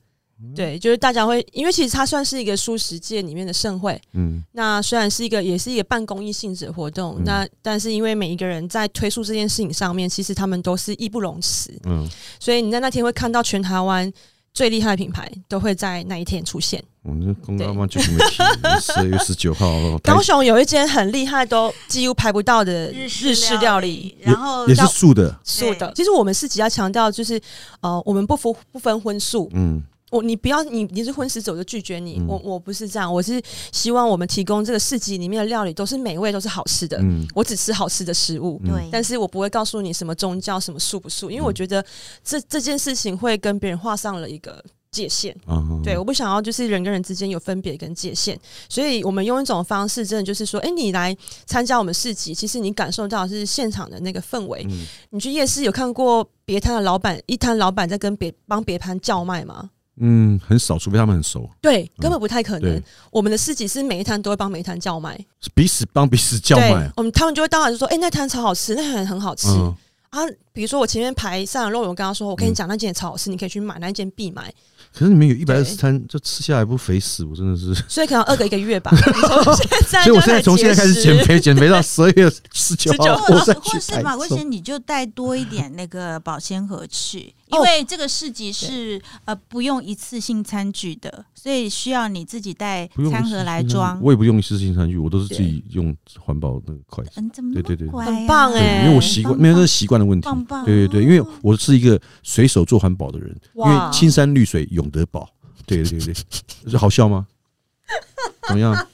[SPEAKER 3] 对，就是大家会，因为其实它算是一个素食界里面的盛会。
[SPEAKER 2] 嗯
[SPEAKER 3] 那虽然是一个，也是一个半公益性质的活动，
[SPEAKER 2] 嗯
[SPEAKER 3] 那但是因为每一个人在推素这件事情上面，其实他们都是义不容辞。
[SPEAKER 2] 嗯
[SPEAKER 3] 所以你在那天会看到全台湾最厉害的品牌都会在那一天出现。
[SPEAKER 2] 我们这公告嘛就没提，十二月十九号，台
[SPEAKER 3] 高雄有一间很厉害，都几乎排不到的日式料理，
[SPEAKER 4] 然后
[SPEAKER 2] 也是素的，
[SPEAKER 3] 素的。其实我们是比较强调，就是呃，我们不服不分荤素。
[SPEAKER 2] 嗯
[SPEAKER 3] 我你不要你你是荤食者，我就拒绝你。
[SPEAKER 2] 嗯
[SPEAKER 3] 我我不是这样，我是希望我们提供这个市集里面的料理都是美味，都是好吃的。
[SPEAKER 2] 嗯
[SPEAKER 3] 我只吃好吃的食物。
[SPEAKER 2] 嗯
[SPEAKER 4] 对，
[SPEAKER 3] 但是我不会告诉你什么宗教什么素不素，因为我觉得这这件事情会跟别人画上了一个界限。
[SPEAKER 2] 啊，啊
[SPEAKER 3] 对，我不想要就是人跟人之间有分别跟界限，所以我们用一种方式，真的就是说，哎、你来参加我们市集，其实你感受到的是现场的那个氛围。
[SPEAKER 2] 嗯
[SPEAKER 3] 你去夜市有看过别摊的老板，一摊老板在跟别帮别摊叫卖吗？
[SPEAKER 2] 嗯，很少，除非他们很熟，
[SPEAKER 3] 对，根本不太可能。
[SPEAKER 2] 嗯对
[SPEAKER 3] 我们的市集是每一摊都会帮每一摊叫卖，
[SPEAKER 2] 彼此帮彼此叫
[SPEAKER 3] 对
[SPEAKER 2] 卖，，
[SPEAKER 3] 我们他们就会当然就说，哎、那摊超好吃，那摊很好吃、
[SPEAKER 2] 嗯
[SPEAKER 3] 啊。比如说我前面排上的肉圆，我跟他说，我跟你
[SPEAKER 2] 嗯
[SPEAKER 3] 讲，那间也超好吃，你可以去买，那间必买。
[SPEAKER 2] 可是你们有一百二
[SPEAKER 3] 对
[SPEAKER 2] 十餐，就吃下来不肥死，我真的是。
[SPEAKER 3] 所以可能饿个一个月 吧。从现在
[SPEAKER 2] 所以我
[SPEAKER 3] 就
[SPEAKER 2] 现在从现在开始
[SPEAKER 3] 节
[SPEAKER 2] 减
[SPEAKER 3] 食
[SPEAKER 2] 肥，减肥到十二月十九号，
[SPEAKER 3] 19
[SPEAKER 2] 我
[SPEAKER 4] 或
[SPEAKER 2] 再
[SPEAKER 4] 者
[SPEAKER 2] 去
[SPEAKER 4] 或
[SPEAKER 2] 台
[SPEAKER 4] 是马贵
[SPEAKER 2] 中。
[SPEAKER 4] 贤，你就带多一点那个保鲜盒去，
[SPEAKER 3] 哦
[SPEAKER 4] 因为这个市集是
[SPEAKER 2] 哦
[SPEAKER 4] 呃不用一次性餐具的，所以需要你自己带
[SPEAKER 2] 不用
[SPEAKER 4] 餐
[SPEAKER 2] 一次
[SPEAKER 4] 盒来
[SPEAKER 2] 性餐具
[SPEAKER 4] 装。
[SPEAKER 2] 我也不用一次性餐具，我都是自己用环保那个筷子。
[SPEAKER 4] 嗯，怎么
[SPEAKER 2] 对对
[SPEAKER 4] 那
[SPEAKER 2] 对
[SPEAKER 4] 么乖啊嗯
[SPEAKER 3] 很棒
[SPEAKER 2] 对，
[SPEAKER 3] 哎
[SPEAKER 2] 因为我习惯，
[SPEAKER 4] 棒
[SPEAKER 2] 没有那是习惯的问题。
[SPEAKER 4] 棒棒
[SPEAKER 2] 对对对，因为我是一个随手做环保的人，因
[SPEAKER 3] 哇
[SPEAKER 2] 为青山绿水永得保。对对对对，好笑吗？怎么样？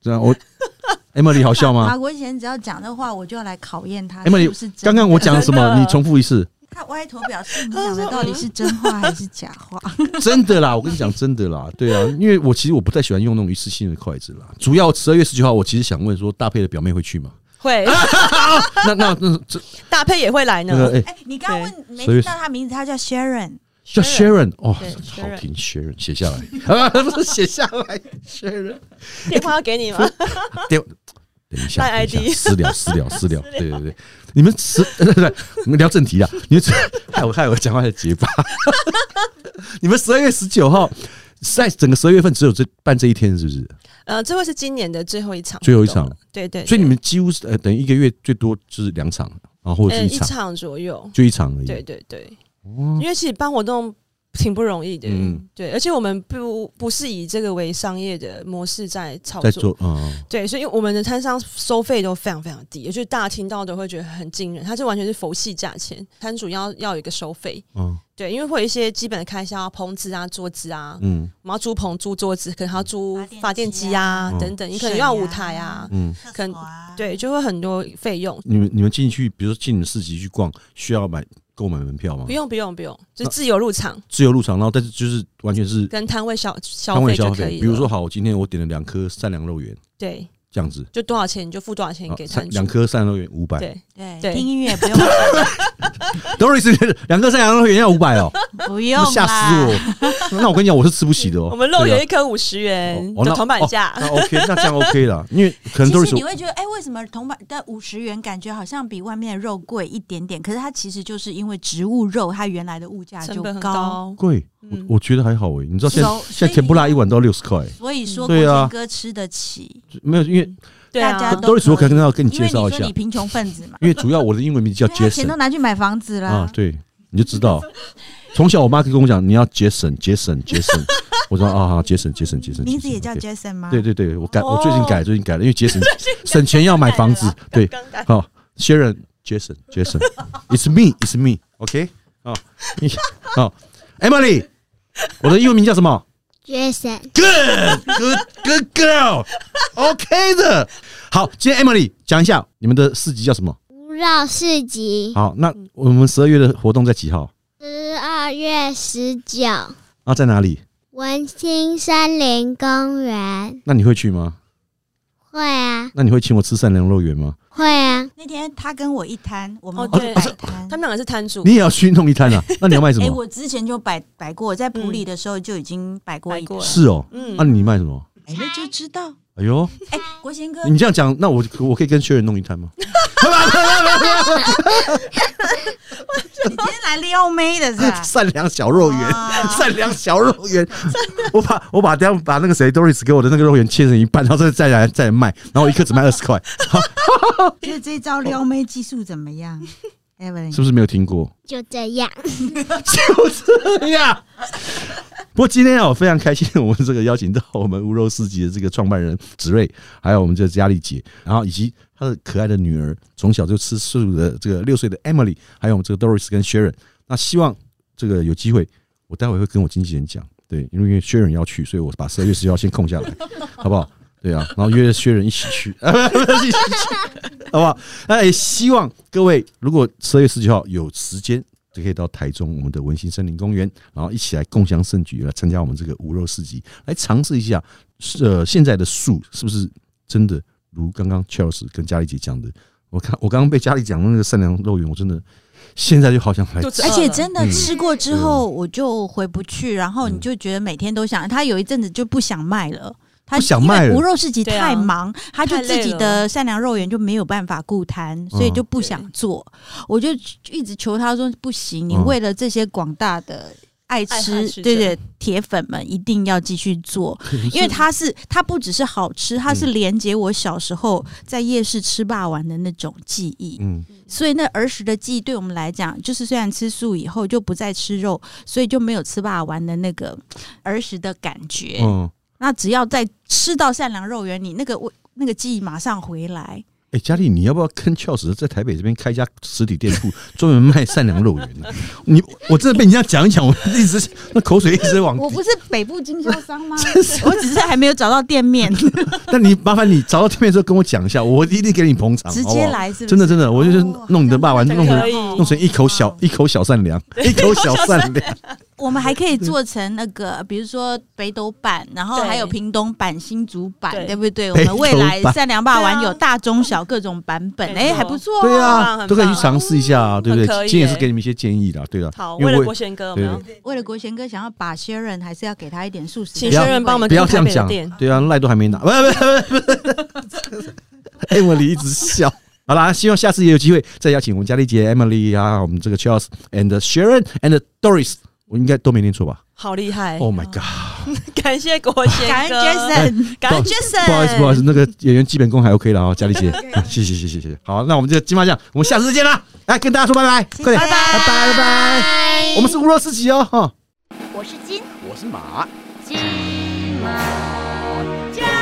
[SPEAKER 2] 这样我 Emily 好笑吗
[SPEAKER 4] 马国贤只要讲的话，我就要来考验他
[SPEAKER 2] 哎 Emily，
[SPEAKER 4] 是不是真的。
[SPEAKER 2] 刚刚我讲了什么？
[SPEAKER 3] 真的
[SPEAKER 2] 你重复一次。
[SPEAKER 4] 他歪头表示你讲的到底是真话还是假话？
[SPEAKER 2] 真的啦，我跟你讲真的啦，对啊，因为我其实我不太喜欢用那种一次性的筷子啦。主要十二月十九号，我其实想问说，大佩的表妹会去吗？
[SPEAKER 3] 会，
[SPEAKER 2] 那那那这
[SPEAKER 3] 大佩也会来呢。
[SPEAKER 2] 那 个哎、
[SPEAKER 4] 哎，你刚刚问没
[SPEAKER 2] 所以
[SPEAKER 4] 听到他名字，他叫 Sharon。
[SPEAKER 2] 叫 Sharon 哦，
[SPEAKER 3] 对
[SPEAKER 2] 好
[SPEAKER 3] Sharon
[SPEAKER 2] 听 Sharon 写下来 啊，不是写下来 Sharon。
[SPEAKER 3] 电话要给你吗？
[SPEAKER 2] 等一下，
[SPEAKER 3] 赖
[SPEAKER 2] 等
[SPEAKER 3] ID
[SPEAKER 2] 一下私 聊私聊私聊，对对对，你们私对对，我们聊正题啊， 你们 害我害我讲话的结巴。 你们十二月十九号，在整个十二月份只有这办这一天，是不是？
[SPEAKER 3] 呃，这会是今年的最后一场活
[SPEAKER 2] 最
[SPEAKER 3] 动了，
[SPEAKER 2] 后一场
[SPEAKER 3] 对对，对
[SPEAKER 2] 所以你们几乎是呃，等于一个月最多就是两场，然后或者
[SPEAKER 3] 呃
[SPEAKER 2] 是一
[SPEAKER 3] 一
[SPEAKER 2] 场，
[SPEAKER 3] 场左右，
[SPEAKER 2] 就一场而已。
[SPEAKER 3] 对对对，因为其实办活动挺不容易的
[SPEAKER 2] 嗯，
[SPEAKER 3] 对，而且我们不不是以这个为商业的模式在操
[SPEAKER 2] 在
[SPEAKER 3] 作，
[SPEAKER 2] 做啊、嗯
[SPEAKER 3] 对，所以我们的摊商收费都非常非常低，也就是大家听到都会觉得很惊人，它是完全是佛系价钱，摊主要要有一个收费。
[SPEAKER 2] 嗯
[SPEAKER 3] 对，因为会有一些基本的开销啊，棚子啊、桌子啊，
[SPEAKER 2] 嗯
[SPEAKER 3] 我们要租棚、租桌子，可能还要租发
[SPEAKER 4] 发
[SPEAKER 3] 电
[SPEAKER 4] 电
[SPEAKER 3] 机
[SPEAKER 4] 机
[SPEAKER 3] 啊
[SPEAKER 4] 啊
[SPEAKER 2] 嗯
[SPEAKER 3] 等等，你可能
[SPEAKER 4] 水
[SPEAKER 3] 要
[SPEAKER 4] 啊
[SPEAKER 3] 舞台啊，
[SPEAKER 2] 嗯，
[SPEAKER 3] 可能
[SPEAKER 4] 厕所啊，
[SPEAKER 3] 对，就会很多费用。
[SPEAKER 2] 你们你们进去，比如说进你们市集去逛，需要买购买门票吗
[SPEAKER 3] 不？用不用不用，就是自由入场，
[SPEAKER 2] 自由入场，然后但是就是完全是
[SPEAKER 3] 跟摊位消消
[SPEAKER 2] 摊位
[SPEAKER 3] 费就
[SPEAKER 2] 消
[SPEAKER 3] 可以
[SPEAKER 2] 费。
[SPEAKER 3] 了。
[SPEAKER 2] 比如说，好，我今天我点了两颗三两肉圆
[SPEAKER 3] 对，
[SPEAKER 2] 这样子，
[SPEAKER 3] 就多少钱你就付多少钱
[SPEAKER 2] 啊
[SPEAKER 3] 给
[SPEAKER 2] 三
[SPEAKER 3] 摊主。
[SPEAKER 2] 两颗三两肉圆五百。
[SPEAKER 3] 对，
[SPEAKER 4] 对
[SPEAKER 3] 对
[SPEAKER 4] 听音乐不用
[SPEAKER 2] Doris，两颗三两肉圆要五百哦，
[SPEAKER 4] 不
[SPEAKER 2] 你
[SPEAKER 4] 用
[SPEAKER 2] 们
[SPEAKER 4] 啦
[SPEAKER 2] 吓死 我！那我跟你讲，我是吃不起的哦。
[SPEAKER 3] 我们肉
[SPEAKER 2] 对啊
[SPEAKER 3] 圆一颗五十元
[SPEAKER 2] 哦哦
[SPEAKER 3] 的
[SPEAKER 2] 那
[SPEAKER 3] 铜板价，
[SPEAKER 2] 那 OK，那这样 OK 啦，因为可能
[SPEAKER 4] 其实
[SPEAKER 2] Doris
[SPEAKER 4] 你会觉得，哎、为什么铜板的五十元感觉好像比外面的肉贵一点点？可是它其实就是因为植物肉，它原来的物价就
[SPEAKER 3] 成本很
[SPEAKER 4] 高。
[SPEAKER 3] 高。
[SPEAKER 2] 贵，
[SPEAKER 3] 嗯
[SPEAKER 2] 我我觉得还好诶、你知道现在
[SPEAKER 4] 熟
[SPEAKER 2] 现
[SPEAKER 4] 所
[SPEAKER 2] 在
[SPEAKER 4] 以
[SPEAKER 2] 甜不辣一碗都要六十块，
[SPEAKER 4] 所以说，
[SPEAKER 2] 嗯
[SPEAKER 4] 国
[SPEAKER 2] 对啊
[SPEAKER 4] 庆哥吃得起，
[SPEAKER 2] 没有因为
[SPEAKER 3] 对
[SPEAKER 4] 大家
[SPEAKER 3] 啊，
[SPEAKER 4] 都可以
[SPEAKER 2] Doris 我可能要跟你
[SPEAKER 4] 因
[SPEAKER 2] 嗯介
[SPEAKER 4] 为你
[SPEAKER 2] 绍
[SPEAKER 4] 说
[SPEAKER 2] 一下，
[SPEAKER 4] 你啊贫穷分子嘛，
[SPEAKER 2] 因为主 要我的英文名字叫
[SPEAKER 4] 因为他钱
[SPEAKER 2] Jason 啊
[SPEAKER 4] 都拿去买房子啦。
[SPEAKER 2] 啊，对，你就知道。从小我妈就跟我讲，你要节省，节省，节省。我说啊，好节省节省节省，
[SPEAKER 4] 名字也叫
[SPEAKER 2] 节省
[SPEAKER 4] Jason 吗？
[SPEAKER 2] 对对对，我改，我最近
[SPEAKER 4] 哦
[SPEAKER 2] 改，最近改了，因为节省省钱要买房子，对，
[SPEAKER 3] 刚刚
[SPEAKER 2] 好，Sharon Jason Jason，It's me，It's me，OK，好，你好，Emily，我的英文名叫什么
[SPEAKER 5] Jason，
[SPEAKER 2] ？Good，Good Good Girl，OK 的。好，今天 Emily 讲一下你们的市集叫什么？
[SPEAKER 5] 无绕市集，
[SPEAKER 2] 好，那我们十二月的活动在几号？
[SPEAKER 5] 十二月十九，
[SPEAKER 2] 啊，在哪里？
[SPEAKER 5] 文青森林公园。
[SPEAKER 2] 那你会去吗？
[SPEAKER 5] 会啊，
[SPEAKER 2] 那你会请我吃善良肉圆吗？
[SPEAKER 5] 会啊，
[SPEAKER 4] 那天他跟我一摊，我
[SPEAKER 3] 哦
[SPEAKER 4] 们会
[SPEAKER 3] 对
[SPEAKER 2] 啊
[SPEAKER 4] 摆摊
[SPEAKER 3] 他。们两个是摊主
[SPEAKER 2] 你，也要去弄一摊啊？那你要卖什
[SPEAKER 4] 哎，
[SPEAKER 2] 么？
[SPEAKER 4] 我之前就摆摆过，在普里的时候就已经摆过
[SPEAKER 3] 嗯
[SPEAKER 4] 一
[SPEAKER 3] 摆过
[SPEAKER 4] 摊
[SPEAKER 3] 了
[SPEAKER 2] 是哦，
[SPEAKER 3] 嗯
[SPEAKER 2] 那你卖什么？
[SPEAKER 4] 哎，那就知道。
[SPEAKER 2] 哎呦，
[SPEAKER 4] 哎，国贤哥，
[SPEAKER 2] 你这样讲，那我我可以跟 Sharon 弄一摊吗？
[SPEAKER 4] 你今天来撩妹的是 吧？
[SPEAKER 2] 善良小肉圆，善良小肉圆，我把我把等下把那个谁 Doris 给我的那个肉圆切成一半，然后再再来再来卖，然后一颗只卖二十块，
[SPEAKER 4] 觉得这一招撩妹技术怎么样，Evelyn？
[SPEAKER 2] 是不是没有听过？
[SPEAKER 5] 就这样。
[SPEAKER 2] 就这样。不过今天啊，我非常开心，我们这个邀请到我们无肉市集的这个创办人子睿，还有我们这个佳丽姐，然后以及她的可爱的女儿，从小就吃素的这个六岁的 Emily，还有我们这个 Doris 跟 Sharon。那希望这个有机会，我待会会跟我经纪人讲，对，因为因为 Sharon 要去，所以我把十二月十号先空下来， 好不好？对啊，然后约 Sharon 一起去， 一起去，好不好？那也希望各位，如果十二月十九号有时间，就可以到台中我们的文心森林公园，然后一起来共享盛举，来参加我们这个无肉市集，来尝试一下，呃，现在的树是不是真的如刚刚 Charles 跟佳丽姐讲的？我看我刚刚被佳丽讲的那个善良肉圆，我真的现在就好想来
[SPEAKER 3] 肚子饿
[SPEAKER 4] 而
[SPEAKER 3] 了
[SPEAKER 4] 且真的
[SPEAKER 2] 嗯
[SPEAKER 4] 吃过之后，我就回不去，然后
[SPEAKER 2] 嗯
[SPEAKER 4] 你就觉得每天都想，他有一阵子就不想卖了。他
[SPEAKER 2] 不想卖了
[SPEAKER 4] 因为无肉市集
[SPEAKER 3] 对啊
[SPEAKER 4] 太忙，他就
[SPEAKER 3] 太累
[SPEAKER 4] 自己的善良肉圆就没有办法顾摊，
[SPEAKER 2] 嗯
[SPEAKER 4] 所以就不想做。我就一直求他说不行，你
[SPEAKER 2] 嗯
[SPEAKER 4] 为了这些广大的爱
[SPEAKER 3] 爱
[SPEAKER 4] 吃，
[SPEAKER 3] 好吃者
[SPEAKER 4] 对对铁粉们一定要继续 做，因为它是它不只是好吃，它
[SPEAKER 2] 嗯
[SPEAKER 4] 是连接我小时候在夜市吃霸王的那种记忆。
[SPEAKER 2] 嗯，
[SPEAKER 4] 所以那儿时的记忆对我们来讲，就是虽然吃素以后就不再吃肉，所以就没有吃霸王的那个儿时的感觉。
[SPEAKER 2] 嗯，
[SPEAKER 4] 那只要再吃到善良肉圆，你那个味那个记忆马上回 来。
[SPEAKER 2] 哎、佳丽，你要不要跟 Charles 在台北这边开一家实体店铺， 专门卖善良肉圆呢、 你我真的被你这样讲一讲，我一直那口水一直往。
[SPEAKER 4] 我不是北部经销商吗？我 只是还没有找到店面，
[SPEAKER 2] 那你麻烦你找到店面之后跟我讲一下，我一定给你捧场，
[SPEAKER 4] 直
[SPEAKER 2] 好不
[SPEAKER 4] 接
[SPEAKER 2] 好
[SPEAKER 4] 来是不是？
[SPEAKER 2] 啊真的真的，我就是弄你的霸王，
[SPEAKER 3] 这
[SPEAKER 2] 弄
[SPEAKER 3] 可
[SPEAKER 2] 成
[SPEAKER 3] 以
[SPEAKER 2] 弄成一口小一口小善良，一口小善良。
[SPEAKER 4] 我们还可以做成那个，比如说北斗版，然后
[SPEAKER 3] 对
[SPEAKER 4] 还有屏东版、新竹版，
[SPEAKER 3] 对
[SPEAKER 4] 对不对？我
[SPEAKER 2] 北斗
[SPEAKER 4] 们未来
[SPEAKER 2] 版
[SPEAKER 4] 善良霸王
[SPEAKER 3] 对啊
[SPEAKER 4] 有大、中、小各种版本，
[SPEAKER 3] 没
[SPEAKER 4] 哎，
[SPEAKER 3] 错
[SPEAKER 4] 还不错哦。
[SPEAKER 2] 对
[SPEAKER 3] 很
[SPEAKER 2] 啊，
[SPEAKER 3] 棒
[SPEAKER 2] 都可以去尝试一下啊，对不
[SPEAKER 3] 很可
[SPEAKER 2] 对？
[SPEAKER 3] 以
[SPEAKER 2] 今天也
[SPEAKER 3] 耶
[SPEAKER 2] 是给你们一些建议啦，对啊。
[SPEAKER 3] 好，
[SPEAKER 2] 因
[SPEAKER 3] 为
[SPEAKER 2] 为
[SPEAKER 3] 了
[SPEAKER 2] 我
[SPEAKER 3] 国贤哥，我
[SPEAKER 2] 对
[SPEAKER 3] 们要
[SPEAKER 4] 为了国贤哥想要把 Sharon，还是要给他一点素食。
[SPEAKER 3] 请
[SPEAKER 2] 不要
[SPEAKER 3] Sharon 帮我们
[SPEAKER 2] 不要这样
[SPEAKER 3] 开台
[SPEAKER 2] 讲
[SPEAKER 3] 北的店，
[SPEAKER 2] 对啊，赖都还没拿，不不不不 ，Emily 一直笑。好啦，希望下次也有机会再邀请我们佳丽姐 Emily 啊，我们这个 Charles and Sharon and Doris，我应该都没念错吧
[SPEAKER 3] 好厉害，
[SPEAKER 2] ？Oh my god！
[SPEAKER 3] 感谢国贤哥，
[SPEAKER 4] 感恩 Jason，
[SPEAKER 3] 感恩
[SPEAKER 2] 不
[SPEAKER 3] Jason，
[SPEAKER 2] 哎不好意思，不好意思，那个演员基本功还 OK 了啊、佳丽姐，谢谢谢谢谢谢。好，那我们就金马奖，我们下次见啦！来跟大家说拜拜，快点，拜拜拜拜，
[SPEAKER 5] 拜
[SPEAKER 2] 我们是无肉四集哦，哈。
[SPEAKER 1] 我是金
[SPEAKER 2] 我是马。
[SPEAKER 1] 金毛家。